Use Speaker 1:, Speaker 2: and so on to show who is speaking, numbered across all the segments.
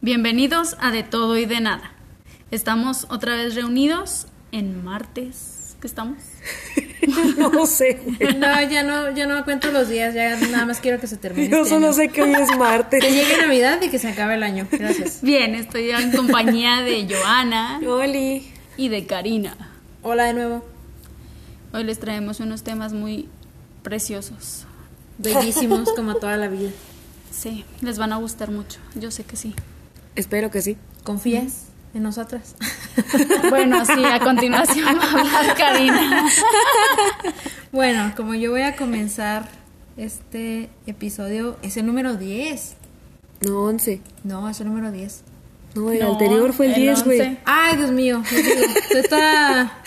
Speaker 1: Bienvenidos a De Todo y De Nada. Estamos otra vez reunidos en martes. ¿Qué estamos?
Speaker 2: no sé. güey.
Speaker 3: No, ya no, ya no cuento los días, ya nada más quiero que se termine.
Speaker 2: Yo
Speaker 3: este
Speaker 2: solo
Speaker 3: año.
Speaker 2: sé que hoy es
Speaker 3: Que
Speaker 2: martes.
Speaker 3: llegue Navidad y que se acabe el año. Gracias.
Speaker 1: Bien, estoy en compañía de Joana
Speaker 2: Oli.
Speaker 1: y de Karina.
Speaker 3: Hola de nuevo.
Speaker 1: Hoy les traemos unos temas muy preciosos.
Speaker 3: Bellísimos como toda la vida.
Speaker 1: Sí, les van a gustar mucho. Yo sé que sí.
Speaker 2: Espero que sí.
Speaker 3: ¿Confías en nosotras?
Speaker 1: Bueno, sí, a continuación va a hablar Karina.
Speaker 3: Bueno, como yo voy a comenzar este episodio, es el número 10.
Speaker 2: No, 11.
Speaker 3: No, es el número 10.
Speaker 2: No, el
Speaker 1: No,
Speaker 2: anterior fue el,
Speaker 1: el
Speaker 2: 10, güey.
Speaker 1: 11.
Speaker 3: Ay, Dios mío. Dios mío. Está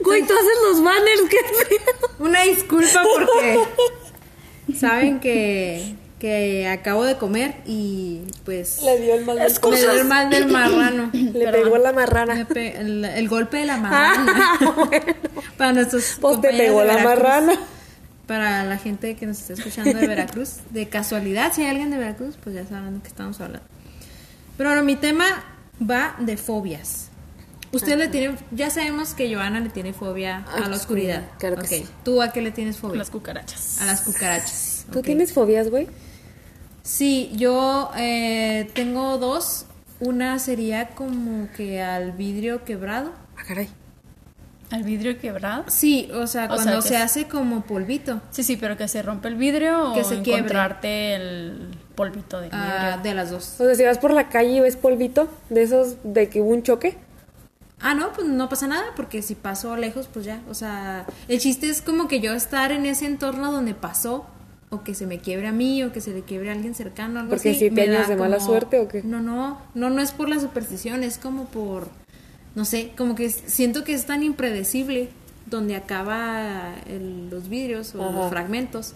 Speaker 2: Güey, tú haces los banners, qué pedo.
Speaker 3: una disculpa porque saben que, que acabo de comer y pues
Speaker 2: Le dio el mal del
Speaker 3: me dio el mal del marrano.
Speaker 2: Le pegó la marrana.
Speaker 3: Me pe- el, el golpe de la marrana.
Speaker 2: Ah, bueno.
Speaker 3: Para nuestros
Speaker 2: Pues te
Speaker 3: compañeros
Speaker 2: pegó
Speaker 3: de
Speaker 2: la
Speaker 3: Veracruz.
Speaker 2: marrana.
Speaker 3: Para la gente que nos está escuchando de Veracruz, de casualidad, si hay alguien de Veracruz, pues ya saben de qué estamos hablando. Pero ahora mi tema va de fobias. Usted le tiene, ya sabemos que Joana le tiene fobia
Speaker 2: A
Speaker 3: a,
Speaker 2: la
Speaker 3: la
Speaker 2: oscuridad,
Speaker 3: oscuridad.
Speaker 2: Ah, claro que
Speaker 3: Ok,
Speaker 2: sí.
Speaker 3: ¿Tú a qué le tienes fobia?
Speaker 1: Las cucarachas.
Speaker 3: A las cucarachas.
Speaker 2: ¿Tú
Speaker 3: ok.
Speaker 2: tienes fobias, güey?
Speaker 3: Sí, yo eh, tengo dos. Una sería como que al vidrio quebrado.
Speaker 2: Ah, caray.
Speaker 1: ¿Al vidrio quebrado?
Speaker 3: Sí,
Speaker 1: O
Speaker 3: o sea,
Speaker 1: sea,
Speaker 3: cuando
Speaker 1: que
Speaker 3: se
Speaker 1: es-
Speaker 3: hace como polvito
Speaker 1: Sí, sí, pero que se rompe el vidrio
Speaker 3: Que
Speaker 1: o
Speaker 3: se quiebre.
Speaker 1: encontrarte el polvito de vidrio.
Speaker 3: ah, de las dos.
Speaker 2: O sea, si vas por la calle y ves polvito de esos de que hubo un choque.
Speaker 3: Ah, no, pues no pasa nada porque si pasó lejos, pues ya. O sea, el chiste es como que yo estar en ese entorno donde pasó o que se me quiebre a mí o que se le quiebre a alguien cercano. Algo
Speaker 2: Porque
Speaker 3: así,
Speaker 2: si te
Speaker 3: me da
Speaker 2: años de mala suerte, ¿o qué?
Speaker 3: No, no, no, no es por la superstición, es como por, no sé, como que es- siento que es tan impredecible donde acaba el- los vidrios o
Speaker 2: Ajá.
Speaker 3: los fragmentos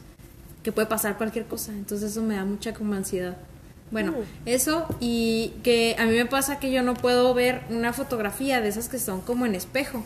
Speaker 3: que puede pasar cualquier cosa. Entonces eso me da mucha como ansiedad. Bueno,
Speaker 2: Mm.
Speaker 3: eso y que a mí me pasa que yo no puedo ver una fotografía de esas que son como en espejo.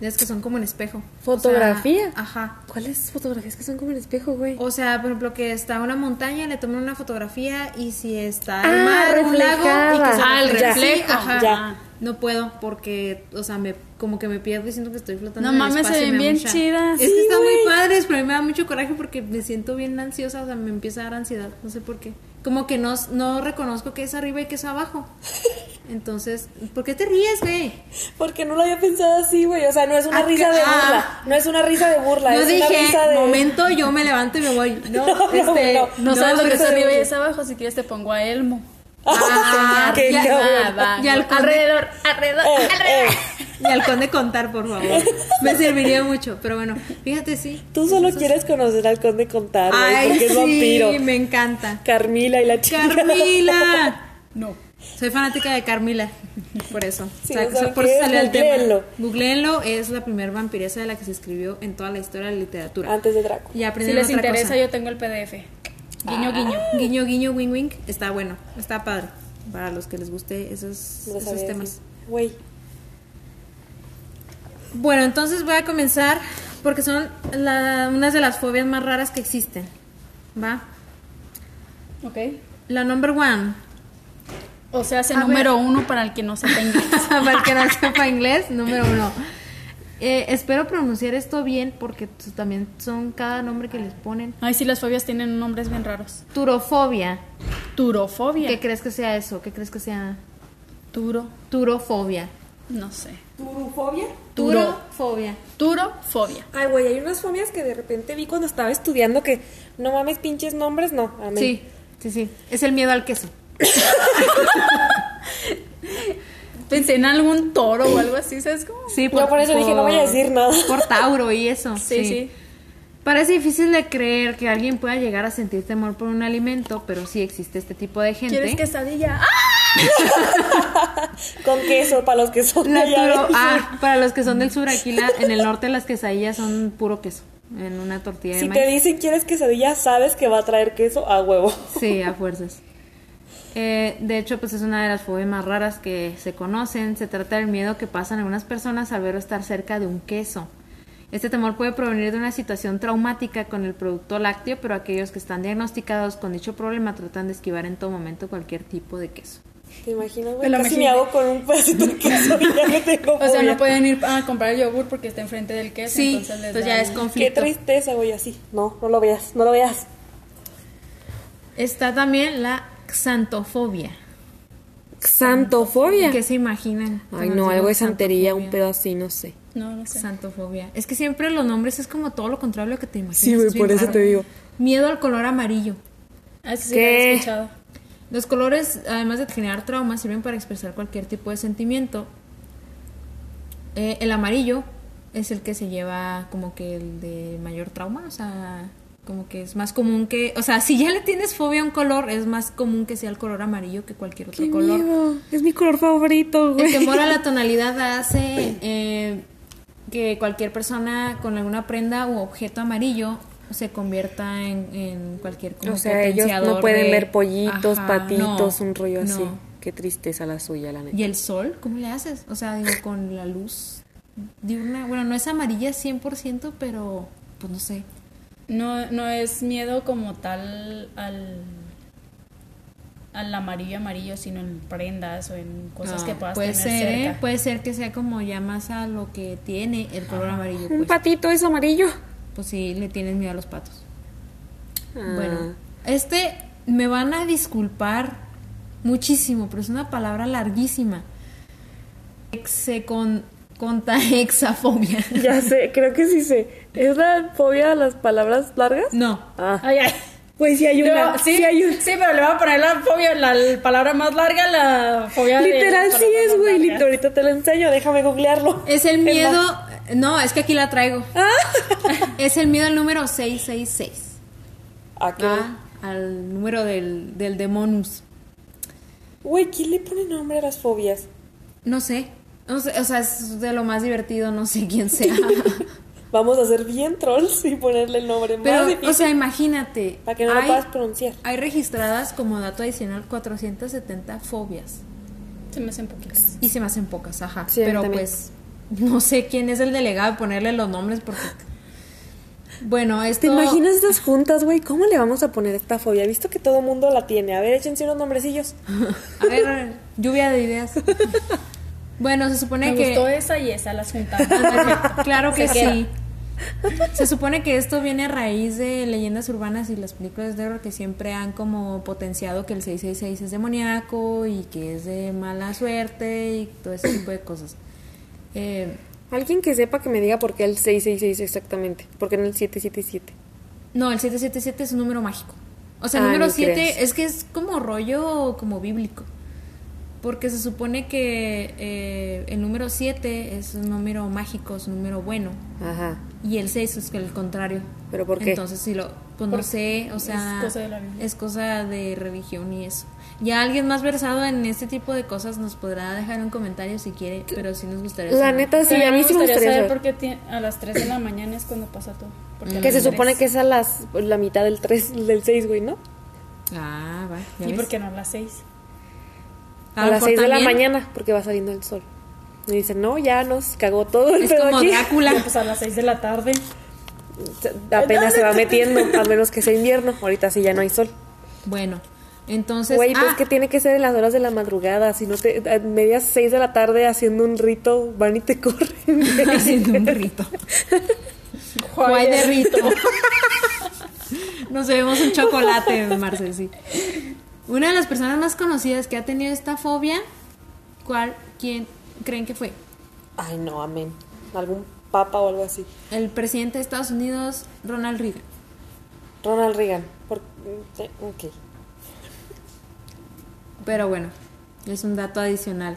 Speaker 3: De esas que son como en espejo. O sea,
Speaker 2: ¿Fotografía?
Speaker 3: ajá.
Speaker 2: ¿Cuáles fotografías que son como el espejo, güey?
Speaker 3: O sea, por ejemplo, que está una montaña, le toman una fotografía y si está
Speaker 2: Ah,
Speaker 3: el mar, un lago y que se
Speaker 2: reflejada.
Speaker 1: Ah, el
Speaker 3: refleje.
Speaker 1: reflejo.
Speaker 3: Sí, ajá.
Speaker 2: Ya.
Speaker 3: No puedo porque, o sea, me, como que me pierdo y siento que estoy
Speaker 1: No
Speaker 3: flotando. en el
Speaker 1: mames, se
Speaker 3: espacio y
Speaker 1: ven
Speaker 3: me da
Speaker 1: bien
Speaker 3: mucha-
Speaker 1: chidas.
Speaker 3: Es
Speaker 1: Sí,
Speaker 3: que están muy padres, pero a mí me da mucho coraje porque me siento bien ansiosa, o sea, me empieza a dar ansiedad, no sé por qué. Como que no, no reconozco que es arriba y que es abajo. Entonces, ¿por qué te ríes, güey?
Speaker 2: Porque no lo había pensado así, güey. O sea, no es una
Speaker 3: Ah,
Speaker 2: risa
Speaker 3: ca-
Speaker 2: de
Speaker 3: ah.
Speaker 2: burla. No es una risa de burla.
Speaker 3: Yo
Speaker 2: es una
Speaker 3: dije,
Speaker 2: risa de.
Speaker 3: momento, yo me levanto y me voy. No,
Speaker 2: No, no,
Speaker 3: este,
Speaker 2: no.
Speaker 1: No, sabes
Speaker 3: no,
Speaker 1: lo que es
Speaker 3: pero-
Speaker 1: arriba y es abajo, si quieres te pongo a Elmo.
Speaker 3: Ah,
Speaker 2: Qué
Speaker 3: ya-
Speaker 2: cabrón.
Speaker 1: va,
Speaker 3: Y al
Speaker 1: va. alrededor, alrededor,
Speaker 2: Eh,
Speaker 1: alrededor.
Speaker 3: Y halcón de contar, por favor. Me serviría mucho, pero bueno, fíjate, sí.
Speaker 2: Tú solo quieres conocer al conde contar, güey,
Speaker 3: Ay,
Speaker 2: porque es vampiro.
Speaker 3: sí, me encanta.
Speaker 2: Carmila y la chica.
Speaker 3: ¡Carmila!
Speaker 1: No.
Speaker 3: Soy fanática de Carmila, por eso.
Speaker 2: Si
Speaker 3: Sa-
Speaker 2: no saben
Speaker 3: por
Speaker 2: qué
Speaker 3: eso
Speaker 2: es,
Speaker 3: salió el
Speaker 2: googleenlo.
Speaker 3: tema. Googleenlo es la primer vampiresa de la que se escribió en toda la historia de la literatura.
Speaker 2: Antes de Draco.
Speaker 3: Y
Speaker 1: Si
Speaker 3: aprendieron
Speaker 1: les
Speaker 3: otra
Speaker 1: interesa,
Speaker 3: cosa.
Speaker 1: yo tengo el PDF.
Speaker 2: Ah.
Speaker 1: Guiño, guiño.
Speaker 3: Guiño, guiño, wing, wing. Está bueno, está padre. Para los que les guste esos,
Speaker 2: No lo
Speaker 3: esos
Speaker 2: sabía
Speaker 3: temas.
Speaker 2: decir. Güey.
Speaker 3: Bueno, entonces voy a comenzar porque son la- unas de las fobias más raras que existen. ¿Va? Ah.
Speaker 1: Ok.
Speaker 3: La number one.
Speaker 1: O sea, hace
Speaker 3: A
Speaker 1: número uno para el que no sepa inglés.
Speaker 3: Para el que no sepa inglés, número uno. Eh, espero pronunciar esto bien porque pues, también son cada nombre que les ponen.
Speaker 1: Ay, sí, las fobias tienen nombres bien raros.
Speaker 3: Turofobia.
Speaker 1: Turofobia.
Speaker 3: ¿Qué crees que sea eso? ¿Qué crees que sea?
Speaker 1: Turo.
Speaker 3: Turofobia.
Speaker 1: No sé.
Speaker 2: ¿Turufobia?
Speaker 1: Turo.
Speaker 3: Turofobia.
Speaker 1: Turofobia.
Speaker 2: Ay, güey, hay unas fobias que de repente vi cuando estaba estudiando que no mames pinches nombres, no. Amén.
Speaker 3: Sí, sí, sí. Es el miedo al queso.
Speaker 1: Pensé en algún toro o algo así, ¿sabes cómo?
Speaker 3: Sí,
Speaker 2: Yo por eso dije, no voy a decir nada.
Speaker 3: Por Tauro y eso.
Speaker 1: Sí, sí.
Speaker 3: Parece difícil de creer que alguien pueda llegar a sentir temor por un alimento, pero sí existe este tipo de gente. Ah,
Speaker 1: ¿Quieres quesadilla?
Speaker 2: Con queso, para los que son
Speaker 3: La
Speaker 2: de allá
Speaker 3: turo-
Speaker 2: del sur.
Speaker 3: ah, para los que son del sur, aquí la- en el norte las quesadillas son puro queso, en una tortilla de
Speaker 2: Si
Speaker 3: maíz.
Speaker 2: te dicen quieres quesadilla, sabes que va a traer queso a huevo.
Speaker 3: Sí, a fuerzas. Eh, de hecho, pues es una de las fobias más raras que se conocen. Se trata del miedo que pasan algunas personas al ver o estar cerca de un queso.
Speaker 4: Este temor puede provenir de una situación traumática con el producto lácteo, pero aquellos que están diagnosticados con dicho problema tratan de esquivar en todo momento cualquier tipo de queso.
Speaker 2: Te imagino,
Speaker 3: Me
Speaker 2: güey.
Speaker 3: lo
Speaker 2: Casi me
Speaker 3: imaginé.
Speaker 2: hago con un pedacito de queso y ya le tengo
Speaker 1: O sea,
Speaker 2: fobia.
Speaker 1: no pueden ir a comprar el yogur porque está enfrente del queso.
Speaker 3: Sí,
Speaker 1: entonces, les
Speaker 3: entonces
Speaker 1: dan-
Speaker 3: ya es
Speaker 2: Qué
Speaker 3: conflicto.
Speaker 2: tristeza, güey, así. No, no lo veas, no lo veas.
Speaker 3: Está también la xantofobia.
Speaker 2: Xantofobia.
Speaker 3: ¿Qué se imaginan?
Speaker 2: Ay, no,
Speaker 3: cuando decimos
Speaker 2: algo de santería, un
Speaker 3: xantofobia?
Speaker 2: pedo así, no sé.
Speaker 1: No, no sé.
Speaker 3: Xantofobia. Es que siempre los nombres es como todo lo contrario a lo que te imaginas.
Speaker 2: Sí, güey,
Speaker 3: Es bien
Speaker 2: por eso
Speaker 3: raro.
Speaker 2: te digo.
Speaker 3: Miedo al color amarillo.
Speaker 1: Ah, eso sí
Speaker 2: ¿Qué?
Speaker 1: lo había escuchado.
Speaker 3: Los colores, además de generar traumas, sirven para expresar cualquier tipo de sentimiento. Eh, el amarillo es el que se lleva como que el de mayor trauma, o sea, como que es más común que, o sea, si ya le tienes fobia a un color, es más común que sea el color amarillo que cualquier otro
Speaker 2: Qué
Speaker 3: color.
Speaker 2: miedo. Es mi color favorito,
Speaker 3: El
Speaker 2: güey.
Speaker 3: temor a la tonalidad hace eh, que cualquier persona con alguna prenda u objeto amarillo se convierta en, en cualquier como
Speaker 2: O
Speaker 3: que
Speaker 2: sea, ellos no
Speaker 3: potenciador
Speaker 2: pueden
Speaker 3: de-
Speaker 2: ver pollitos,
Speaker 3: Ajá,
Speaker 2: patitos,
Speaker 3: no,
Speaker 2: un rollo así.
Speaker 3: no.
Speaker 2: Qué tristeza la suya, la neta.
Speaker 3: ¿Y el sol? ¿Cómo le haces? O sea, digo, con la luz diurna. Bueno, no es amarilla 100%, pero pues no sé.
Speaker 1: No, no es miedo como tal al, al amarillo amarillo, sino en prendas o en cosas
Speaker 3: Ah,
Speaker 1: que puedas
Speaker 3: puede
Speaker 1: tener
Speaker 3: ser, ¿eh?
Speaker 1: cerca.
Speaker 3: Puede ser que sea como ya más a lo que tiene el color amarillo.
Speaker 2: Ah, Un
Speaker 3: Pues,
Speaker 2: patito es amarillo.
Speaker 3: pues sí, le tienes miedo a los patos.
Speaker 2: Ah.
Speaker 3: Bueno, este me van a disculpar muchísimo, pero es una palabra larguísima. Exe con contaexafobia.
Speaker 2: Ya sé, creo que sí sé. ¿Es la fobia a las palabras largas?
Speaker 3: No,
Speaker 2: Ah.
Speaker 1: Ay, ay.
Speaker 2: Pues sí hay
Speaker 1: Luego,
Speaker 2: una.
Speaker 1: sí,
Speaker 2: sí hay una.
Speaker 1: sí, pero le voy a poner la fobia, la, la palabra más larga, la fobia de-
Speaker 2: Literal
Speaker 1: las
Speaker 2: sí es,
Speaker 1: palabras
Speaker 2: güey.
Speaker 1: largas.
Speaker 2: Lito, ahorita te lo enseño, déjame googlearlo.
Speaker 3: es el
Speaker 2: Es
Speaker 3: miedo. No, es que aquí la traigo.
Speaker 2: Ah.
Speaker 3: Es el miedo al número 666.
Speaker 2: ¿A qué?
Speaker 3: Ah, al número del, del demonus.
Speaker 2: Güey, ¿quién le pone nombre a las fobias?
Speaker 3: No sé. No sé, O sea, es de lo más divertido, no sé quién sea.
Speaker 2: Vamos a ser bien trolls y ponerle el nombre más
Speaker 3: Pero,
Speaker 2: difícil
Speaker 3: o sea, imagínate.
Speaker 2: para que no lo
Speaker 3: hay-
Speaker 2: puedas pronunciar.
Speaker 3: Hay registradas como dato adicional 470 fobias.
Speaker 1: Se me hacen poquitas.
Speaker 3: Y se me hacen pocas, ajá.
Speaker 2: Sí, a mí
Speaker 3: Pero
Speaker 2: también.
Speaker 3: pues no sé quién es el delegado de ponerle los nombres porque... Bueno, esto...
Speaker 2: ¿Te imaginas estas juntas, güey? ¿Cómo le vamos a poner esta fobia? Visto que todo mundo la tiene. A ver, échense unos nombrecillos.
Speaker 3: A ver, lluvia de ideas. Bueno, se supone
Speaker 1: Me
Speaker 3: que...
Speaker 1: gustó esa y esa, las juntamos.
Speaker 3: Ándale, claro que
Speaker 1: Se queda.
Speaker 3: sí. Se supone que esto viene a raíz de leyendas urbanas y las películas de horror que siempre han como potenciado que el 666 es demoníaco y que es de mala suerte y todo ese tipo de cosas. Eh,
Speaker 2: Alguien que sepa que me diga por qué el 666 exactamente. Porque no el 777.
Speaker 3: no, el 777 es un número mágico. O sea, el
Speaker 2: Ah,
Speaker 3: número
Speaker 2: ni
Speaker 3: 7
Speaker 2: creas.
Speaker 3: es que es como rollo como bíblico. Porque se supone que eh, el número 7 es un número mágico, es un número bueno.
Speaker 2: Ajá.
Speaker 3: Y el 6 es que el contrario.
Speaker 2: ¿Pero por qué?
Speaker 3: Entonces, si lo. Pues no
Speaker 1: Por-
Speaker 3: sé, o sea.
Speaker 1: es cosa de la Biblia.
Speaker 3: es cosa de religión y eso. Ya alguien más versado en este tipo de cosas nos podrá dejar un comentario si quiere, pero sí nos gustaría.
Speaker 2: La
Speaker 3: saber.
Speaker 2: neta, sí,
Speaker 1: También
Speaker 2: a mí sí me gustaría
Speaker 1: saber
Speaker 2: saber. Mm.
Speaker 1: por qué ti- a las 3 de la mañana es cuando pasa todo. Porque a
Speaker 2: Que
Speaker 1: las
Speaker 2: se supone
Speaker 1: tres.
Speaker 2: que es a las, la mitad del 3, del 6, güey, ¿no?
Speaker 3: Ah, va. ya
Speaker 1: ¿Y
Speaker 3: ves.
Speaker 1: por qué no a las 6?
Speaker 3: lo
Speaker 2: A, las
Speaker 3: mejor
Speaker 2: 6 de la
Speaker 3: también
Speaker 2: mañana, porque va saliendo el sol. Me dicen, no, ya nos cagó todo el
Speaker 3: Es
Speaker 2: pedo
Speaker 3: como
Speaker 2: aquí.
Speaker 3: Drácula.
Speaker 1: Pues a las 6 de la tarde.
Speaker 2: Se- Apenas se va metiendo, a menos que sea invierno. Ahorita sí ya no hay sol.
Speaker 3: Bueno, entonces.
Speaker 2: Güey, pues
Speaker 3: ah,
Speaker 2: que tiene que ser en las horas de la madrugada. Si no te. A medias 6 de la tarde haciendo un rito, van y te corren.
Speaker 3: haciendo un rito. Guay de rito. Nos bebemos un chocolate, Marce, sí. Una de las personas más conocidas que ha tenido esta fobia, ¿cuál, quién creen que fue?
Speaker 2: Ay, no, amén. Algún papa o algo así.
Speaker 3: El presidente de Estados Unidos, Ronald Reagan.
Speaker 2: Ronald Reagan. Por- eh, ok.
Speaker 3: Pero bueno, es un dato adicional.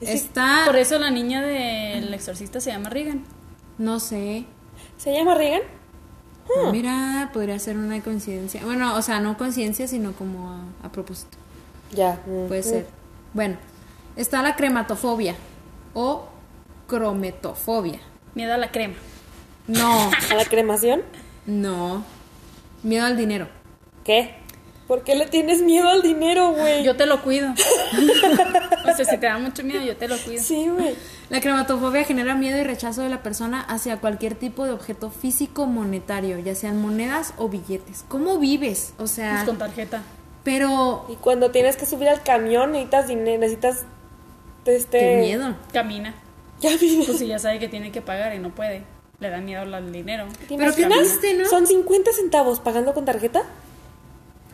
Speaker 2: Es que
Speaker 3: Está,
Speaker 1: Por eso la niña del exorcista se llama Regan.
Speaker 3: no sé,
Speaker 2: ¿Se llama Reagan?
Speaker 1: Hmm.
Speaker 3: mira, podría ser una coincidencia. Bueno, o sea, no coincidencia, sino como a- a propósito.
Speaker 2: Ya. mm,
Speaker 3: Puede
Speaker 2: mm.
Speaker 3: ser. Bueno, está la crematofobia o crometofobia.
Speaker 1: Miedo a la crema.
Speaker 3: No,
Speaker 2: ¿A la cremación?
Speaker 3: no. Miedo al dinero.
Speaker 2: ¿Qué? ¿Por qué le tienes miedo al dinero, güey?
Speaker 1: Yo te lo cuido. o sea, si te da mucho miedo, yo te lo cuido.
Speaker 2: Sí, güey.
Speaker 3: La crematofobia genera miedo y rechazo de la persona hacia cualquier tipo de objeto físico monetario, ya sean monedas o billetes. ¿Cómo vives? O sea,
Speaker 1: Pues con tarjeta.
Speaker 3: pero
Speaker 2: Y cuando tienes que subir al camión necesitas dinero, necesitas este
Speaker 3: qué miedo.
Speaker 1: Camina.
Speaker 2: Ya vi.
Speaker 1: Pues si ya sabe que tiene que pagar y no puede. Le da miedo al dinero.
Speaker 2: ¿Te
Speaker 3: Pero
Speaker 2: imaginas?
Speaker 3: pensaste, ¿no?
Speaker 2: Son 50 centavos pagando con tarjeta.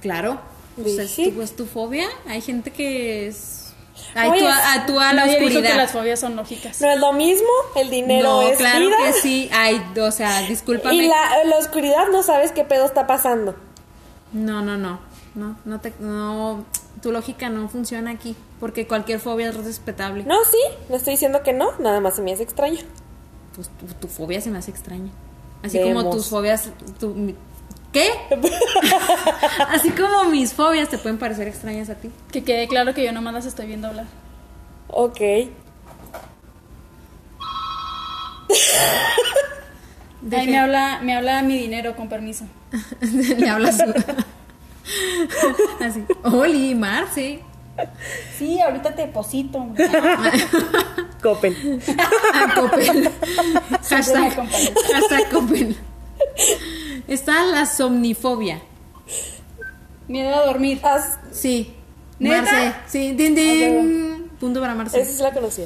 Speaker 3: Claro. Pues es
Speaker 2: Dije.
Speaker 3: tu, es tu fobia. Hay gente que es actúa,
Speaker 2: Oye,
Speaker 3: actúa a la
Speaker 1: Nadie dijo
Speaker 3: oscuridad.
Speaker 1: que las fobias son lógicas.
Speaker 2: No es lo mismo, el dinero
Speaker 3: no,
Speaker 2: es
Speaker 3: claro
Speaker 2: vida.
Speaker 3: que sí. Ay, o sea, discúlpame.
Speaker 2: Y la, la oscuridad no sabes qué pedo está pasando.
Speaker 3: No, no, no. No, no te no tu lógica no funciona aquí, porque cualquier fobia es respetable.
Speaker 2: No, sí, no estoy diciendo que no, nada más se me hace extraño.
Speaker 3: Pues tu, tu fobia se me hace extraña. Así como
Speaker 2: Vemos.
Speaker 3: tus fobias tu- mi- ¿Qué? Así como mis fobias te pueden parecer extrañas a ti.
Speaker 1: Que quede claro que yo nomás las estoy viendo hablar.
Speaker 2: Ok.
Speaker 1: Ahí me habla, me habla mi dinero, con permiso.
Speaker 3: Le hablas tú. Así. Oli, Marce.
Speaker 1: Sí, ahorita te deposito.
Speaker 2: Copen.
Speaker 3: A Coppel. Hashtag,
Speaker 1: acompañas.
Speaker 3: hashtag Coppel. Está la somnifobia.
Speaker 1: Miedo a dormir.
Speaker 2: Haz-
Speaker 3: Sí.
Speaker 1: ¿Neta?
Speaker 3: Marce. Sí, din, din. Punto para Marce.
Speaker 2: Esa sí la conocía.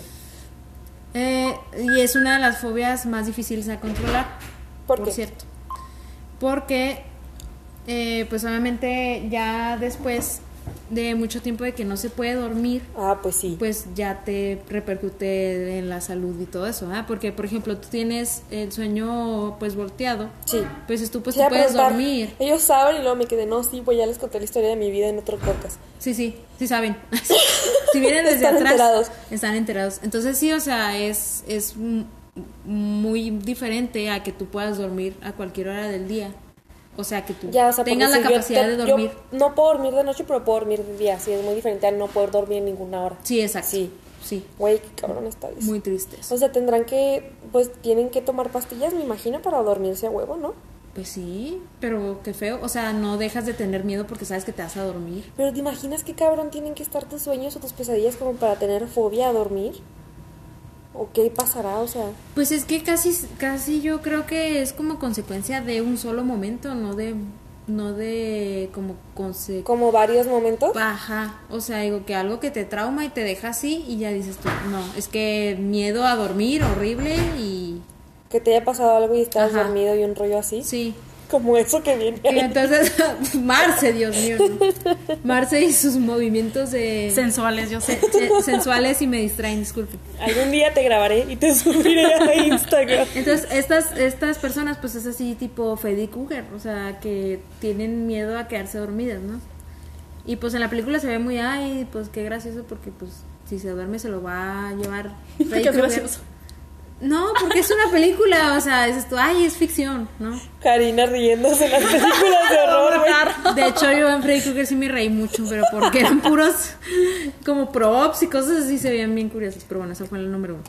Speaker 3: Eh, y es una de las fobias más difíciles de controlar.
Speaker 2: ¿Por
Speaker 3: por
Speaker 2: qué?
Speaker 3: cierto. Porque, eh, pues obviamente ya después de mucho tiempo de que no se puede dormir,
Speaker 2: Ah, pues sí.
Speaker 3: pues ya te repercute en la salud y todo eso, ¿ah? Porque, por ejemplo, tú tienes el sueño pues volteado.
Speaker 2: Sí.
Speaker 3: Pues tú, pues
Speaker 2: Te iba
Speaker 3: tú
Speaker 2: a
Speaker 3: puedes
Speaker 2: preguntar,
Speaker 3: dormir.
Speaker 2: Ellos saben y luego me quedé, no, sí, pues ya les conté la historia de mi vida en otro podcast.
Speaker 3: Sí, sí, sí saben. si vienen desde
Speaker 2: Están
Speaker 3: atrás,
Speaker 2: enterados.
Speaker 3: están enterados. Entonces sí, o sea, es, es m- muy diferente a que tú puedas dormir a cualquier hora del día. O sea, que tú
Speaker 2: Ya, o sea, por
Speaker 3: tengas la
Speaker 2: decir, yo
Speaker 3: capacidad
Speaker 2: te-
Speaker 3: de
Speaker 2: yo
Speaker 3: dormir.
Speaker 2: no puedo dormir de noche, pero puedo dormir de día. Sí, es muy diferente a no poder dormir en ninguna hora.
Speaker 3: Sí, exacto.
Speaker 2: Sí.
Speaker 3: Sí, sí.
Speaker 2: Güey, qué cabrón está eso.
Speaker 3: Muy tristes.
Speaker 2: O sea, tendrán que, pues tienen que tomar pastillas, me imagino, para dormirse a huevo, ¿no?
Speaker 3: Pues sí, pero qué feo. O sea, no dejas de tener miedo porque sabes que te vas a dormir.
Speaker 2: Pero te imaginas qué cabrón tienen que estar tus sueños o tus pesadillas como para tener fobia a dormir. ¿O qué pasará? O sea,
Speaker 3: Pues es que casi, casi yo creo que es como consecuencia de un solo momento, no de, no de como consecuencia.
Speaker 2: como varios momentos.
Speaker 3: Ajá, o sea, digo que algo que te trauma y te deja así y ya dices tú, no, es que miedo a dormir, horrible y
Speaker 2: Que te haya pasado algo y estabas
Speaker 3: Ajá.
Speaker 2: dormido y un rollo así.
Speaker 3: sí.
Speaker 2: Como eso que viene.
Speaker 3: Y
Speaker 2: ahí.
Speaker 3: entonces, Marce, Dios mío, ¿no? Marce y sus movimientos de
Speaker 1: Sensuales, yo sé.
Speaker 3: se- sensuales y me distraen, disculpe.
Speaker 2: Algún día te grabaré y te subiré a Instagram.
Speaker 3: Entonces, estas, estas personas, pues es así tipo Freddy Krueger, o sea, que tienen miedo a quedarse dormidas, ¿no? Y pues en la película se ve muy, ay, pues qué gracioso, porque pues si se duerme se lo va a llevar Freddy
Speaker 1: Qué
Speaker 3: Krueger.
Speaker 1: gracioso.
Speaker 3: No, porque es una película, o sea, dices tú, ay, es ficción, ¿no?
Speaker 2: Karina riéndose en las películas de horror, güey.
Speaker 3: De hecho, yo en Freddy Krueger sí me reí mucho, pero porque eran puros como props y cosas así, se veían bien curiosas. Pero bueno, esa fue la número uno.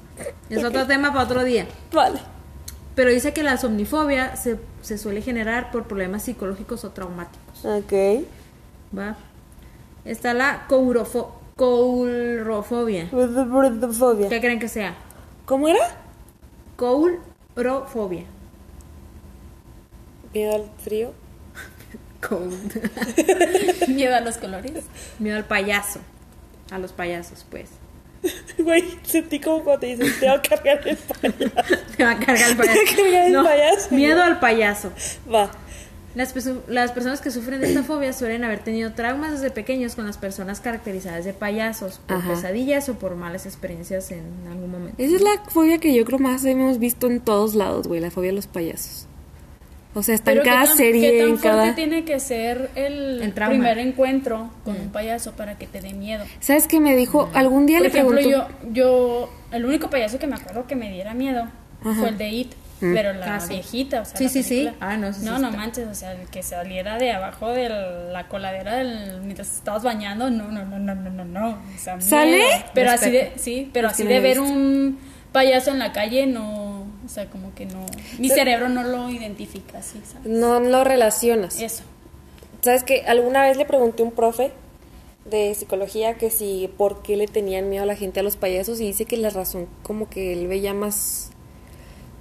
Speaker 3: Es otro tema para otro día.
Speaker 2: Vale.
Speaker 3: Pero dice que la somnifobia se, se suele generar por problemas psicológicos o traumáticos.
Speaker 2: Ok.
Speaker 3: ¿Va? Está la courofo- coulrofobia.
Speaker 2: Fobia.
Speaker 3: ¿Qué creen que sea?
Speaker 2: ¿Cómo era?
Speaker 3: Coulrofobia.
Speaker 2: Miedo al frío.
Speaker 3: Coul.
Speaker 1: Miedo a los colores.
Speaker 3: Miedo al payaso. A los payasos, pues.
Speaker 2: Güey, sentí como cuando te dicen, te voy a cargar el payaso.
Speaker 3: Te va a cargar el payaso.
Speaker 2: Te va a cargar el payaso.
Speaker 3: Miedo al payaso.
Speaker 2: Va.
Speaker 3: Las, perso- las personas que sufren de esta fobia suelen haber tenido traumas desde pequeños con las personas caracterizadas de payasos, por
Speaker 2: Ajá.
Speaker 3: pesadillas o por malas experiencias en algún momento.
Speaker 2: Esa es la fobia que yo creo más hemos visto en todos lados, güey, la fobia de los payasos. O sea, está en
Speaker 1: Pero qué
Speaker 2: cada
Speaker 1: tan-
Speaker 2: serie,
Speaker 1: qué tan
Speaker 2: en cada...
Speaker 1: fuerte tiene que ser el,
Speaker 3: El trauma.
Speaker 1: primer encuentro con
Speaker 2: Mm.
Speaker 1: un payaso para que te dé miedo?
Speaker 2: ¿Sabes qué me dijo? Algún día
Speaker 1: Por
Speaker 2: le
Speaker 1: ejemplo,
Speaker 2: pregunté...
Speaker 1: yo, yo, el único payaso que me acuerdo que me diera miedo fue el de It, pero la
Speaker 3: Ah, sí.
Speaker 1: viejita, o sea,
Speaker 3: Sí,
Speaker 1: la
Speaker 3: sí, sí.
Speaker 1: película.
Speaker 3: Ah, no, sí, sí
Speaker 1: no, no
Speaker 3: está.
Speaker 1: manches, o sea, el que saliera de abajo de la coladera del, mientras estabas bañando, no, no, no, no, no, no, no, o sea, miedo.
Speaker 2: ¿Sale?
Speaker 1: Pero así de,
Speaker 3: Respeto.
Speaker 1: sí, pero así
Speaker 2: no lo
Speaker 1: de
Speaker 2: he
Speaker 1: ver
Speaker 2: visto.
Speaker 1: un payaso en la calle, no, o sea, como que no, mi cerebro no lo identifica, sí, ¿sabes?
Speaker 2: No lo relacionas.
Speaker 1: Eso.
Speaker 2: ¿Sabes que Alguna vez le pregunté a un profe de psicología que si por qué le tenían miedo a la gente a los payasos y dice que la razón como que él veía más,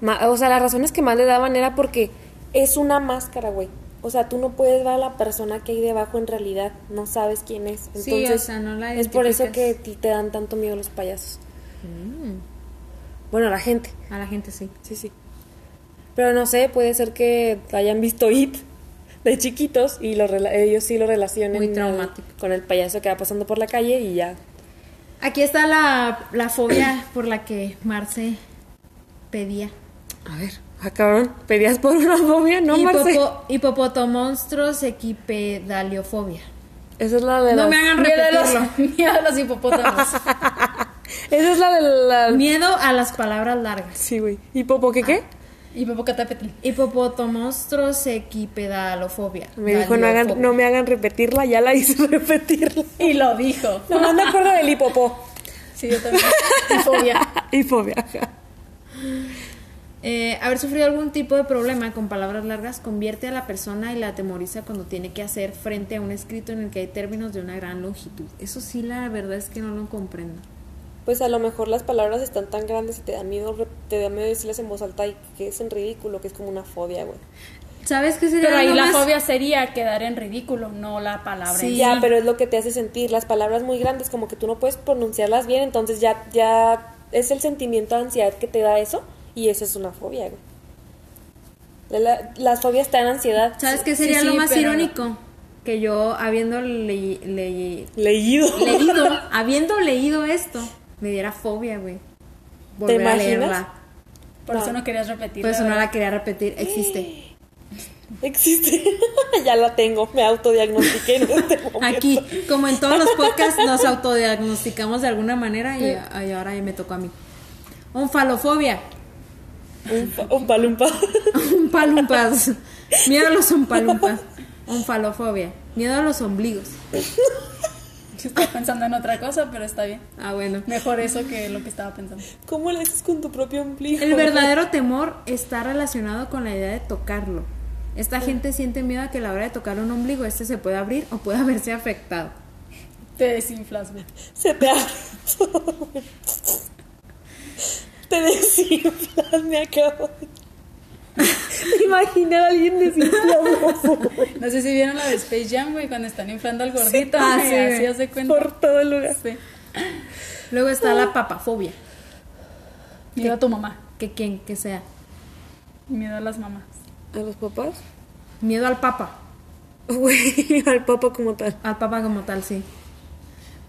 Speaker 2: ma- o sea, las razones que más le daban era porque es una máscara, güey. O sea, tú no puedes ver a la persona que hay debajo en realidad, no sabes quién es. Entonces,
Speaker 3: Sí, o sea, no la
Speaker 2: es por eso que
Speaker 3: identificas. Mm.
Speaker 2: ti- te dan tanto miedo los payasos. Bueno, la gente.
Speaker 3: A la gente sí.
Speaker 2: Sí, sí. Pero no sé, puede ser que hayan visto IT de chiquitos y lo rela- ellos sí lo relacionen
Speaker 3: Muy
Speaker 2: al-
Speaker 3: traumático.
Speaker 2: con el payaso que va pasando por la calle y ya.
Speaker 3: Aquí está la, la fobia por la que Marce pedía.
Speaker 2: A ver, ah, cabrón, pedías por una fobia, ¿no, Marce?
Speaker 3: Hipopo, hipopotomonstros equipedaliofobia.
Speaker 2: Esa es la de
Speaker 3: No
Speaker 2: las-
Speaker 3: me hagan
Speaker 1: Miedo a
Speaker 3: repetirlo.
Speaker 1: los, miedo a los hipopótamos.
Speaker 2: Esa es la de la...
Speaker 3: Miedo a las palabras largas.
Speaker 2: Sí, güey. ¿Y Popo qué qué?
Speaker 1: Hipopocatépetl.
Speaker 3: Hipopotomonstros equipedalofobia.
Speaker 2: me dijo, no, hagan,
Speaker 3: Daliofobia.
Speaker 2: no me hagan repetirla, ya la hice repetirla.
Speaker 1: Y lo dijo.
Speaker 2: Nomás me acuerdo del hipopo.
Speaker 1: Sí, yo también. Y fobia.
Speaker 2: Y fobia, ajá.
Speaker 3: Eh, haber sufrido algún tipo de problema con palabras largas convierte a la persona y la atemoriza cuando tiene que hacer frente a un escrito en el que hay términos de una gran longitud. Eso sí, la verdad es que no lo comprendo.
Speaker 2: Pues a lo mejor las palabras están tan grandes y te da miedo, re- te da miedo decirlas en voz alta y que es en ridículo, que es como una fobia, güey.
Speaker 3: ¿Sabes qué sería
Speaker 1: Pero ahí
Speaker 3: lo
Speaker 1: la
Speaker 3: más-
Speaker 1: fobia sería quedar en ridículo, no la palabra.
Speaker 3: Sí.
Speaker 1: en
Speaker 2: Ya, pero es lo que te hace sentir. Las palabras muy grandes, como que tú no puedes pronunciarlas bien, entonces ya, ya es el sentimiento de ansiedad que te da eso y eso es una fobia, güey. La- la- las fobias te dan ansiedad.
Speaker 3: ¿Sabes
Speaker 1: Sí,
Speaker 3: qué sería
Speaker 1: sí,
Speaker 3: lo
Speaker 1: sí,
Speaker 3: más
Speaker 1: pero-
Speaker 3: irónico? Que yo, habiendo le- le-
Speaker 2: Leído.
Speaker 3: leído, habiendo leído esto, me diera fobia, güey. Volver a
Speaker 2: imaginas?
Speaker 3: leerla.
Speaker 1: Por eso no querías repetir.
Speaker 3: Por eso Pues no la quería repetir. Existe.
Speaker 2: Existe. ya la tengo. Me autodiagnostiqué en este momento.
Speaker 3: Aquí, como en todos los podcasts, nos autodiagnosticamos de alguna manera y, ay, ahora ya me tocó a mí. Onfalofobia.
Speaker 2: Un, pa- un palumpa.
Speaker 3: Un palumpas. Miedo a los onpalumpas. Onfalofobia. Miedo a los ombligos.
Speaker 1: Yo estaba pensando en otra cosa, pero está bien.
Speaker 3: Ah, bueno.
Speaker 1: Mejor eso que lo que estaba pensando.
Speaker 2: ¿Cómo le haces con tu propio ombligo?
Speaker 3: El verdadero temor está relacionado con la idea de tocarlo. Esta gente siente miedo a que a la hora de tocar un ombligo este se pueda abrir o pueda verse afectado.
Speaker 1: Te desinflas, güey.
Speaker 2: Se te abre todo. Te desinflas, me acabo de... Me Imaginé a alguien desinflado
Speaker 1: No sé si vieron la de Space Jam, güey, cuando están inflando al gordito.
Speaker 3: Ah,
Speaker 1: güey,
Speaker 3: sí, güey.
Speaker 1: así hace cuenta.
Speaker 2: por todo el lugar.
Speaker 1: Sí.
Speaker 3: Luego está la papafobia,
Speaker 1: Miedo a tu mamá.
Speaker 3: que quien que sea.
Speaker 1: Miedo a las mamás.
Speaker 2: ¿A los papás?
Speaker 3: Miedo al papa,
Speaker 2: Güey, al papá como tal.
Speaker 3: al papa como tal, sí.